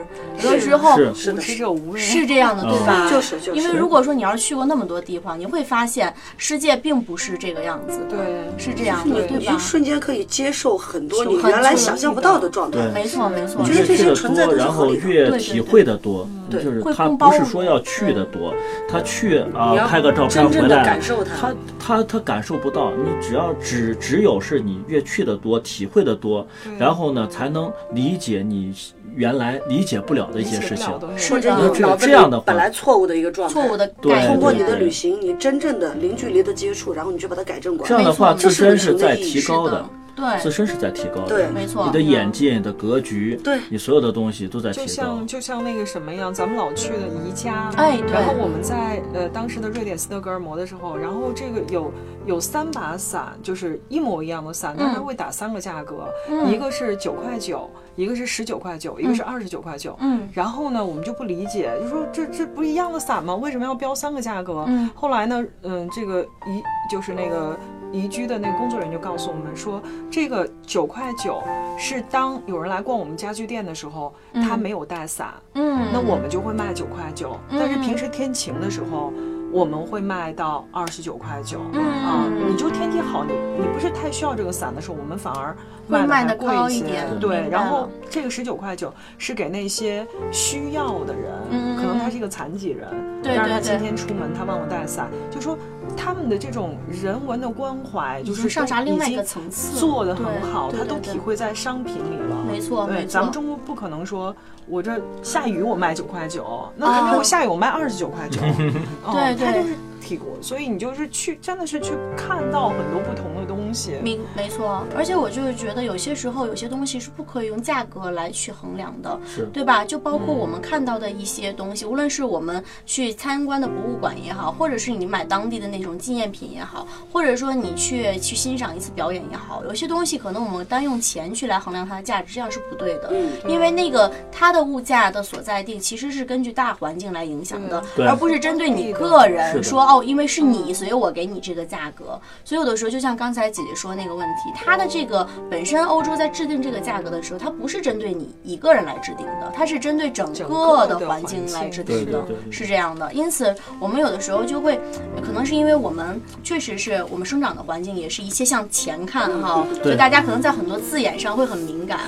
S2: 有的时候
S4: 是
S5: 是
S4: 嗯
S3: 无
S5: 的，嗯
S3: 知者无畏，
S2: 是这样的，对吧？
S5: 就是就是，
S2: 因为如果说你要是去过那么多地方，你会发现世界并不是这个样子的，
S3: 对
S2: 是这样
S5: 你
S2: 的，对
S5: 你
S2: 吧
S5: 就？瞬间可以接受很多你
S2: 很
S5: 原来
S2: 多
S5: 想象不到的状态。
S4: 对
S2: 没错，没错
S4: 你，
S5: 觉得
S4: 越
S5: 这
S4: 去
S5: 些
S4: 的
S5: 存在
S4: 多，
S5: 都是
S4: 然
S5: 合
S4: 后
S5: 理的
S4: 越
S2: 对
S4: 体
S2: 对
S4: 会的多，
S5: 对
S4: 就是
S2: 会
S4: 他
S2: 更
S4: 不是
S2: 包
S4: 说
S2: 容
S4: 要去的多，他去啊
S5: 你要
S4: 拍个照片
S5: 真正
S4: 回
S5: 的
S4: 来
S5: 感受它
S4: 他他他感受不到，你只要只只有是你越去的多，体会的多，然后呢才能理解你原来理解不了的一些事情。
S5: 或者
S2: 是的
S5: 你脑子里
S4: 这样的话哎
S5: 本来错误的一个状态，
S2: 错误的
S4: 对
S2: 概
S5: 通过你
S2: 念
S5: 的。旅行，你真正的零距离的接触，然后你去把它改正过
S4: 这样
S5: 来。
S4: 的话，
S2: 没
S4: 自
S2: 错
S4: 身
S5: 这是
S4: 是
S5: 旅行
S4: 在
S5: 的意义
S4: 提高
S2: 的
S4: 的，，自
S2: 对，
S4: 身是在提高的。
S5: 对
S2: 没错。
S4: 你的眼界、你的格局，
S5: 对
S4: 你所有的东西都在
S3: 就
S4: 提高
S3: 像。就像那个什么一样，咱们老去的宜家，
S2: 哎对
S3: 然后我们在呃当时的瑞典斯德哥尔摩的时候，然后这个有有三把伞，就是一模一样的伞，但是它会打三个价格，一个是九块九，一个是十九块九，一个是二十九块九。
S2: 嗯，
S3: 然后呢，我们就不理解，就说这这不一样的伞吗？为什么要标三个价格？
S2: 嗯
S3: 后来呢，嗯，这个宜就是那个宜居的那个工作人员就告诉我们说，这个九块九是当有人来逛我们家具店的时候，他没有带伞，
S2: 嗯，
S3: 那我们就会卖九块九。但是平时天晴的时候，我们会卖到二十九块九。
S2: 嗯
S3: 啊，你就天气好，你你不是太需要这个伞的时候，我们反而
S2: 会卖
S3: 卖
S2: 得
S3: 得还
S2: 高
S3: 贵
S2: 一
S3: 些
S2: 点明白
S3: 对，然
S2: 了
S3: 后这个十九块九是给那些需要的人，
S2: 嗯
S3: 可能他
S2: 嗯
S3: 是一个残疾人，
S2: 对对
S3: 但是他
S2: 对
S3: 今天出门他忘了带伞，就说他们的这种人文的关怀，就
S2: 已
S3: 是
S2: 经上
S3: 都
S2: 达另
S3: 已
S2: 外一个
S3: 经
S2: 层次了
S3: 做的
S2: 对
S3: 很好，
S2: 对
S3: 他
S2: 对
S3: 都
S2: 对
S3: 体会在商品里了。
S2: 没错没
S3: 对，
S2: 错，
S3: 咱们中国不可能说，我这下雨我卖九块九，那肯定
S2: 啊
S3: 我下雨我卖二十九块九。
S2: 对
S3: 哦
S2: 对
S3: 它就是体国，所以你就是去真的是去看到很多不同的东西。
S2: 明没错，而且我就是觉得有些时候有些东西是不可以用价格来去衡量的，
S4: 是嗯
S2: 对吧？就包括我们看到的一些东西，无论是我们去参观的博物馆也好，或者是你买当地的那种纪念品也好，或者说你去去欣赏一次表演也好，有些东西可能我们单用钱去来衡量它的价值，这样是不对的。
S5: 嗯，
S2: 因为那个它的物价的所在地其实是根据大环境来影响的，
S4: 对
S2: 而不是针对你个
S4: 是
S2: 人
S4: 的
S2: 说哦，因为是你，所以我给你这个价格。所以有的时候，就像刚才姐姐说那个问题，它的这个本身欧洲在制定这个价格的时候，它不是针对你一个人来制定的，它是针对整
S3: 整
S2: 个
S3: 个
S2: 的
S3: 的
S2: 环
S3: 环
S2: 境
S3: 境
S2: 来制
S4: 对
S2: 定的
S4: 对，对
S2: 是这样的。因此，我们有的时候就会，可能是因为我们确实是我们生长的环境也是一切向前看哈，
S3: 嗯
S4: 对
S2: 就大家可能在很多字眼上会很敏感。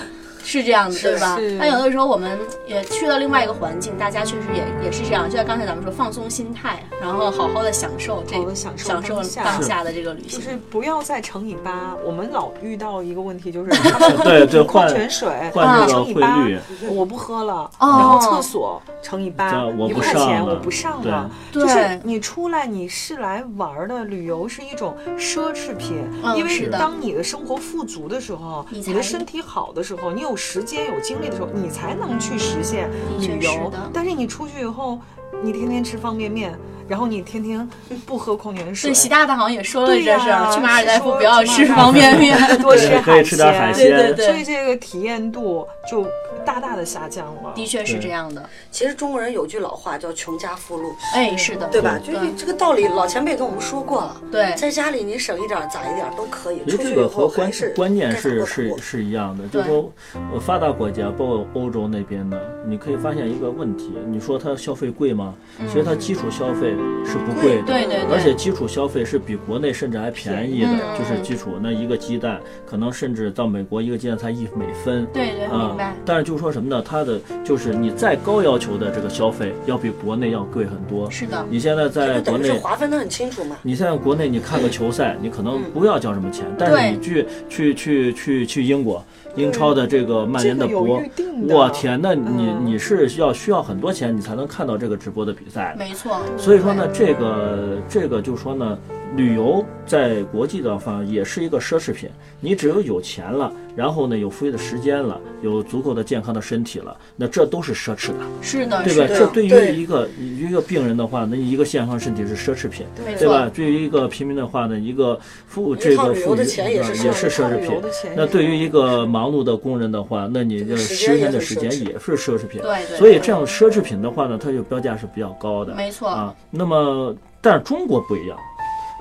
S2: 是这样的，对吧
S3: 是？
S2: 但有的时候我们也去到另外一个环境，大家确实也也是这样。就像刚才咱们说，放松心态，然后好好的享受这
S3: 好好地享受
S2: 享受
S3: 当下
S2: 当下的这个旅
S3: 就
S2: 行。
S3: 是不要再乘以八。我们老遇到一个问题，就是他们喝
S4: 对对
S3: 矿
S4: 换
S3: 泉水
S4: 换这个
S3: 乘以
S4: 汇
S3: 八
S4: 率，
S3: 我不喝了，
S2: 哦
S3: 然后厕所乘以八
S4: 对，我
S3: 一
S4: 不
S3: 块
S4: 上
S3: 钱
S4: 了
S3: 我不上了。
S2: 对
S3: 就是你出来你是来玩儿的，旅游是一种奢侈品，
S2: 嗯
S3: 因为
S2: 是的
S3: 当你的生活富足的时候，
S2: 你
S3: 你
S2: 才
S3: 的身体好的时候，你有时间有精力的时候，你才能去实现
S2: 确
S3: 旅
S2: 是
S3: 游
S2: 的。
S3: 但是你出去以后，你天天吃方便面，然后你天天不喝矿泉水
S2: 对，，习大大好像也说了
S3: 对
S2: 这事儿，
S3: 呀
S2: 去马尔代夫
S3: 说
S2: 不要
S3: 去马
S2: 吃
S3: 尔代
S2: 方便面。
S3: 夫多吃
S4: 对可以吃点海
S2: 对对
S4: 鲜
S2: 对，
S3: 所以这个体验度就大大的下降了。
S2: 的确是
S4: 对
S2: 这样的。
S5: 其实中国人有句老话叫“穷家富路
S2: 哎，是的，”，
S5: 对吧？
S2: 对
S5: 就是这个道理，老前辈跟我们说过了。
S2: 对
S5: 在家里你省一点儿攒一点儿都可以，
S4: 其
S5: 出
S4: 实
S5: 去
S4: 这
S5: 以
S4: 个
S5: 后
S4: 和关
S5: 还是
S4: 关键
S5: 该咋
S4: 是
S5: 过咋
S4: 是
S5: 过
S4: 是一样的，就
S2: 对
S4: 是说，呃，发达国家包括欧洲那边的，你可以发现一个问题，你说它消费贵吗？其实它基础消费是不贵的，
S2: 嗯对对对
S4: 而且基础消费是比国内甚至还便宜的，
S2: 嗯
S4: 就是基础那一个鸡蛋，可能甚至到美国一个鸡蛋才一美分，
S2: 对对，
S4: 啊
S2: 明白。
S4: 但是就是说什么呢？它的就是你再高要求的这个消费，要比国内要贵很多。
S2: 是的，
S4: 你现在在
S5: 就等
S4: 国
S5: 于
S4: 内
S5: 是，划分的很清楚嘛。
S4: 你现在国内你看个球赛，你可能不要交什么钱，但是你去去去去去英国英超的这个曼联的
S3: 这个有
S4: 播
S3: 预定，的
S4: 我天，那你
S3: 嗯
S4: 你是要需要很多钱，你才能看到这个直播的比赛的。
S2: 没错。
S4: 所以说呢，这个这个就说呢，旅游在国际的话也是一个奢侈品。你只有有钱了，然后呢有富裕的时间了，有足够的健康的身体了，那这都是奢侈的，
S2: 对，是的，
S4: 对
S2: 啊是
S4: 吧？
S2: 的
S4: 这对
S5: 对
S4: 于一个一个病人的话，那一个健康身体是奢侈品，
S2: 没
S4: 对
S2: 错。
S4: 吧？对于一个平民的话呢，一个富这
S5: 趟
S4: 个
S5: 旅游
S4: 富裕
S5: 的钱也
S4: 啊
S5: 是
S4: 也
S5: 奢侈
S4: 是奢侈
S3: 旅
S4: 品
S3: 游的钱。
S4: 那
S3: 也
S4: 对于
S3: 是
S4: 一个忙碌的工人的话，那你这
S5: 时
S4: 休
S5: 间
S4: 闲
S5: 也
S4: 的
S5: 很
S4: 时
S5: 奢
S4: 间
S5: 侈
S4: 也是奢侈品。
S2: 对对
S4: 所以这样奢侈品的话呢，它就标价是比较高的。
S2: 没错，
S4: 啊。那么，但是中国不一样，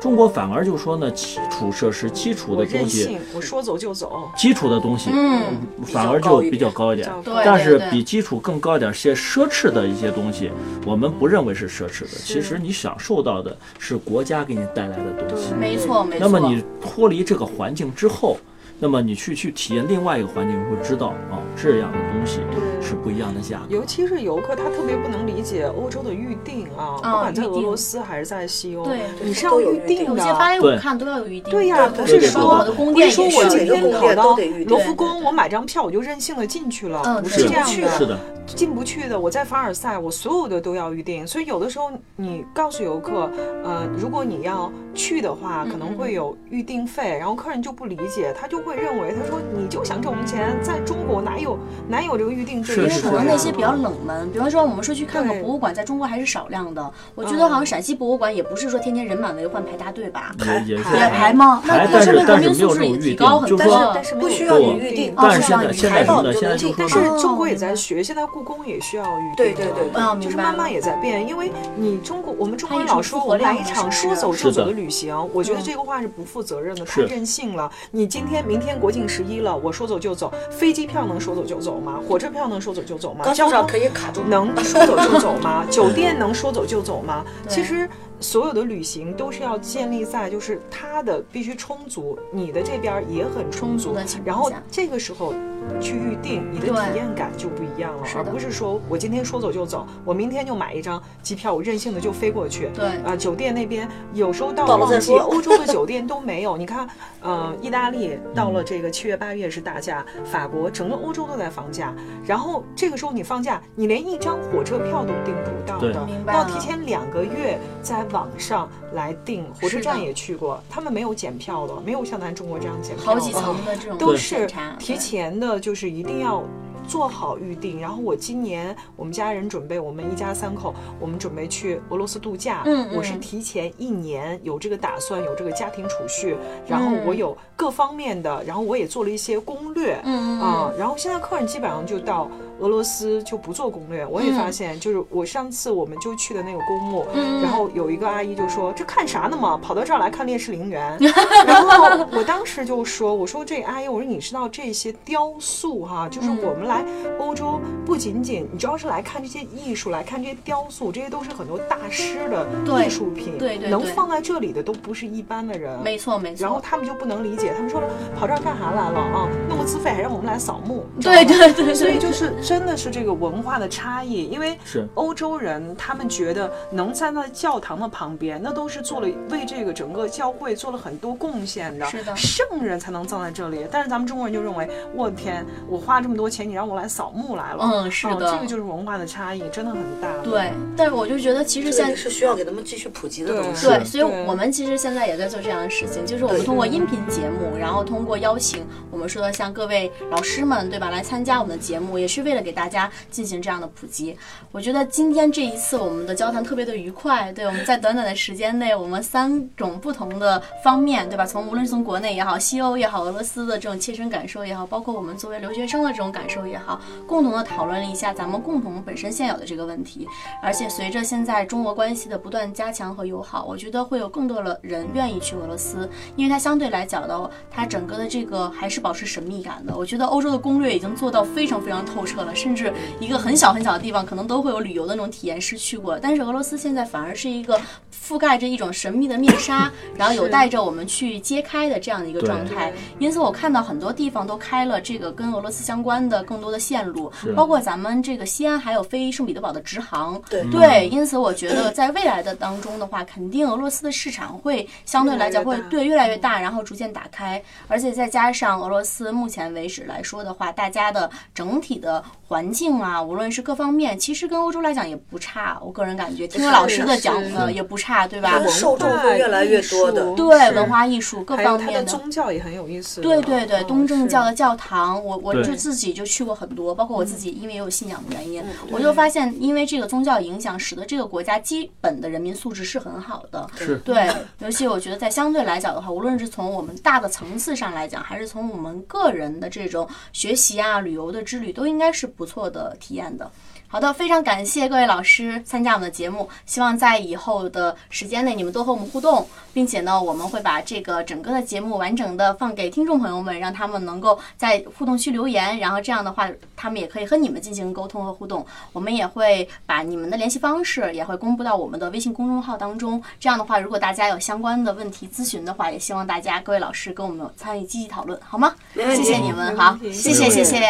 S4: 中国反而就说呢，基础设施、基础
S3: 我
S4: 的东
S3: 任
S4: 西
S3: 性，、我说走就走。
S4: 基础的东西，
S2: 嗯，
S4: 反而就比较高一点。
S3: 比较高一点
S2: 对
S4: 但是
S2: 对对
S4: 比基础更高一点，些奢侈的一些东西，我们不认为是奢侈的。其实你享受到的是国家给你带来的东西。
S2: 没错，没错。
S4: 那么你脱离这个环境之后，那么你去去体验另外一个环境，你会知道啊、这样的东西是不一样的价格。
S3: 尤其是游客，他特别不能理解欧洲的预定啊，
S2: 啊
S3: 不管在
S2: 预定
S3: 俄罗斯还是在西欧，
S2: 对
S3: 你是要预定
S2: 有些
S3: 的。
S2: 芭蕾舞
S4: 对
S2: 看都要有预定，
S3: 对呀、
S5: 对
S3: 不
S4: 对
S3: 是
S4: 对
S3: 说
S4: 对
S2: 我的宫
S3: 不
S2: 殿
S3: 是说
S2: 也
S3: 我
S5: 是
S3: 今
S5: 每个
S3: 天
S5: 宫
S3: 跑
S5: 殿
S3: 到
S5: 都得预
S3: 罗
S2: 定
S3: 浮宫，
S2: 对对
S3: 我买张票我就任性的进去了，
S2: 嗯
S3: 不
S4: 是
S3: 这样
S5: 对
S4: 是的，
S3: 进不去的，我在凡尔赛，我所有的都要预定。所以有的时候你告诉游客，呃，如果你要去的
S5: 嗯
S3: 话，可能会有预定费，然后客人就不理解，他就会认为他说你就想挣我们钱，在中国哪有哪有这个啊预定这
S2: 因
S4: 是
S3: 一
S2: 为
S4: 是
S2: 可能
S3: 说
S4: 是
S2: 那
S3: 呀
S2: 些比较冷门，比方说我们说去看个
S3: 对
S2: 博物馆，在中国还是少量的。我觉得好像陕西博物馆也不是说天天人满为患排大队吧，
S4: 也也是
S3: 排
S2: 也排吗？那
S4: 排
S2: 那
S4: 但
S2: 说
S4: 是
S2: 明
S4: 但
S2: 人
S4: 是
S2: 民
S4: 没
S2: 素
S4: 有这
S2: 质也
S4: 种
S2: 提
S4: 预
S2: 高
S4: 定，
S2: 很
S4: 就
S5: 但是
S2: 多
S5: 但。是没有
S3: 不需
S5: 要
S4: 要
S5: 你预
S3: 预
S5: 定
S3: 定，
S2: 哦
S4: 但是
S2: 是
S4: 现
S2: 让
S4: 在
S2: 你
S4: 现在
S5: 排
S4: 什么
S5: 到
S4: 呢？
S5: 你就
S4: 现在
S5: 能
S4: 就
S5: 进，
S4: 说
S5: 但
S3: 但
S5: 是
S3: 是
S2: 哦
S3: 正规也在学，现在故宫也需要预
S5: 嗯
S3: 定。
S5: 对对对对
S2: 哦
S3: 嗯就
S2: 明
S3: 是
S2: 白
S3: 慢
S2: 了
S3: 慢也在变，因为你中国我们中国
S2: 它
S3: 人
S2: 一种
S3: 老说
S2: 复
S3: 我
S2: 合
S3: 们来
S2: 量
S3: 一
S2: 的
S3: 场
S2: 是
S3: 说走
S4: 是的
S3: 就走的旅行，我觉得
S2: 嗯
S3: 这个话是不负责任的，太
S4: 是
S3: 任性了。你今天明天国庆十一了，我说走就走，飞机票能说走就走吗？火车票能说走就走吗？
S5: 高
S3: 交
S5: 速上
S3: 通
S5: 可以卡住。
S3: 能说走就走 吗？酒店能说走就走吗？
S2: 对
S3: 其实所有的旅行都是要建立在就是它的必须充足，你的这边儿也很充
S2: 充足
S3: 足
S2: 的情况下
S3: 嗯然后这个时候去预定，你的
S2: 对
S3: 体验感就不一样了
S2: 是，的
S3: 而不是说我今天说走就走，我明天就买一张机票，我任性的就飞过去。
S2: 对
S3: 啊，酒店那边有时候
S5: 到
S3: 到
S5: 了
S3: 旺
S5: 再
S3: 季，
S5: 说
S3: 欧洲的酒店都没有。你看，呃，意大利到了这个七月八月是大假，法国整个欧洲都在放假。然后这个时候你放假，你连一张火车票都订不到
S4: 对
S3: 的
S2: 明，白
S3: 要
S2: 了
S3: 提前两个月在网上来订。火
S2: 是
S3: 车
S2: 的
S3: 站也去过，他们没有检票的，没有像咱中国这样检票
S2: 好
S3: 的，
S2: 几层的这种
S3: 都
S2: 审
S3: 是
S2: 查，
S3: 提
S2: 嗯对
S3: 前的，就是一定要做好预定。然后我今年我们家人准备，我们一家三口，我们准备去俄罗斯度假。
S2: 嗯
S3: 我是
S2: 嗯
S3: 提前一年有这个打算，有这个家庭储蓄，然后
S2: 嗯
S3: 我有各方面的，然后我也做了一些攻略。
S2: 嗯嗯嗯
S3: 哦啊，然后现在客人基本上就到俄罗斯就不做攻略。我
S2: 嗯
S3: 也发现，就是我上次我们就去的那个公墓，
S2: 嗯
S3: 然后有一个阿姨就说：“这看啥呢嘛，跑到这儿来看烈士陵 园。”然后我当时就说：“我说这阿姨，我说你知道这些雕塑哈、就是
S2: 嗯
S3: 我们来欧洲不仅仅你知道是来看这些艺术，来看这些雕塑，这些都是很多大师的
S2: 对
S3: 艺术品，
S2: 对对
S3: 能
S2: 对
S3: 放在这里的都不是一般的人。”
S2: 没错没错。
S3: 然后他们就不能理解，他们说跑这儿干啥来了啊？那么自费还让我们来扫墓，知道
S2: 对
S3: 吗
S2: 对对对，
S3: 所以就是真的是这个文化的差异，因为
S4: 是
S3: 欧洲人他们觉得能站在教堂的旁边，那都是做了为这个整个教会做了很多贡献的，
S2: 是的
S3: 圣人才能站在这里。但是咱们中国人就认为，我天，我花这么多钱，你让我来扫墓来了，
S2: 嗯是
S3: 哦
S2: 的
S3: 这个就是文化的差异，真的很大。
S2: 对，但是我就觉得其实
S5: 这
S2: 现
S5: 也是需要给他们继续普及的东西。
S2: 对，啊所以
S3: 对
S2: 我们其实现在也在做这样的事情，就是我们
S5: 对
S2: 通过音频节目，然后通过邀请我们说的像各位老师们，对吧，来参加我们的节目，也是为了给大家进行这样的普及。我觉得今天这一次我们的交谈特别的愉快，对，我们在短短的时间内，我们三种不同的方面，对吧，从无论是从国内也好，西欧也好，俄罗斯的这种切身感受也好，包括我们作为留学生的这种感受也好，共同的讨论了一下咱们共同本身现有的这个问题。而且随着现在中俄关系的不断加强和友好，我觉得会有更多的人愿意去俄罗斯，因为它相对来讲的，它整个的这个还是保持神秘感的。我觉得欧洲的攻略已经做到非常非常透彻了，甚至一个很小很小的地方，可能都会有旅游的那种体验师去过。但是俄罗斯现在反而是一个覆盖着一种神秘的面纱，然后有带着我们去揭开的这样的一个状态。
S3: 嗯
S2: 因此，我看到很多地方都开了这个跟俄罗斯相关的更多的线路，包括咱们这个西安还有飞圣彼得堡的直航。
S5: 对
S4: 嗯
S3: 嗯
S2: 对，因此我觉得在未来的当中的话，肯定俄罗斯的市场会相对来讲会
S3: 越来越大嗯
S2: 对越来越大，然后逐渐打开。而且再加上俄罗斯目前为止来说的话，大家的整体的环境啊，无论是各方面，其实跟欧洲来讲也不差。我个人感觉，听了老师的讲
S3: 是
S2: 的也不差，对吧
S5: 它？的受众会越来越多的
S3: 文化艺术
S2: 对，
S3: 是
S2: 文化艺术各
S3: 还有
S2: 方
S3: 它的
S2: 面的。
S3: 宗教也很有意思。
S2: 对对对，
S3: 嗯
S2: 东正
S3: 是
S2: 教的教堂，我我
S4: 对
S2: 就自己就去过很多，包括
S3: 嗯
S2: 我自己，因为也有信仰的原因，我就发现，因为这个宗教影响，使得这个国家基本的人民素质是很好的。
S4: 是
S2: 对，尤其我觉得在相对来讲的话，无论是从我们大的层次上来讲，还是从我们个人的这种学习啊、旅游的之旅，都应该是不错的体验的。好的，非常感谢各位老师参加我们的节目，希望在以后的时间内你们多和我们互动，并且呢，我们会把这个整个的节目完整的放给听众朋友们，让他们能够在互动区留言，然后这样的话，他们也可以和你们进行沟通和互动。我们也会把你们的联系方式也会公布到我们的微信公众号当中。这样的话，如果大家有相关的问题咨询的话，也希望大家各位老师跟我们参与积极讨论，好吗？
S5: 没问
S2: 谢
S5: 题
S2: 嗯谢你们，好，谢
S3: 没
S2: 谢
S4: 问
S2: 谢谢，
S4: 题
S5: 谢谢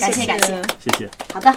S2: 感谢感谢
S3: 是。
S4: 谢谢。
S2: 好的。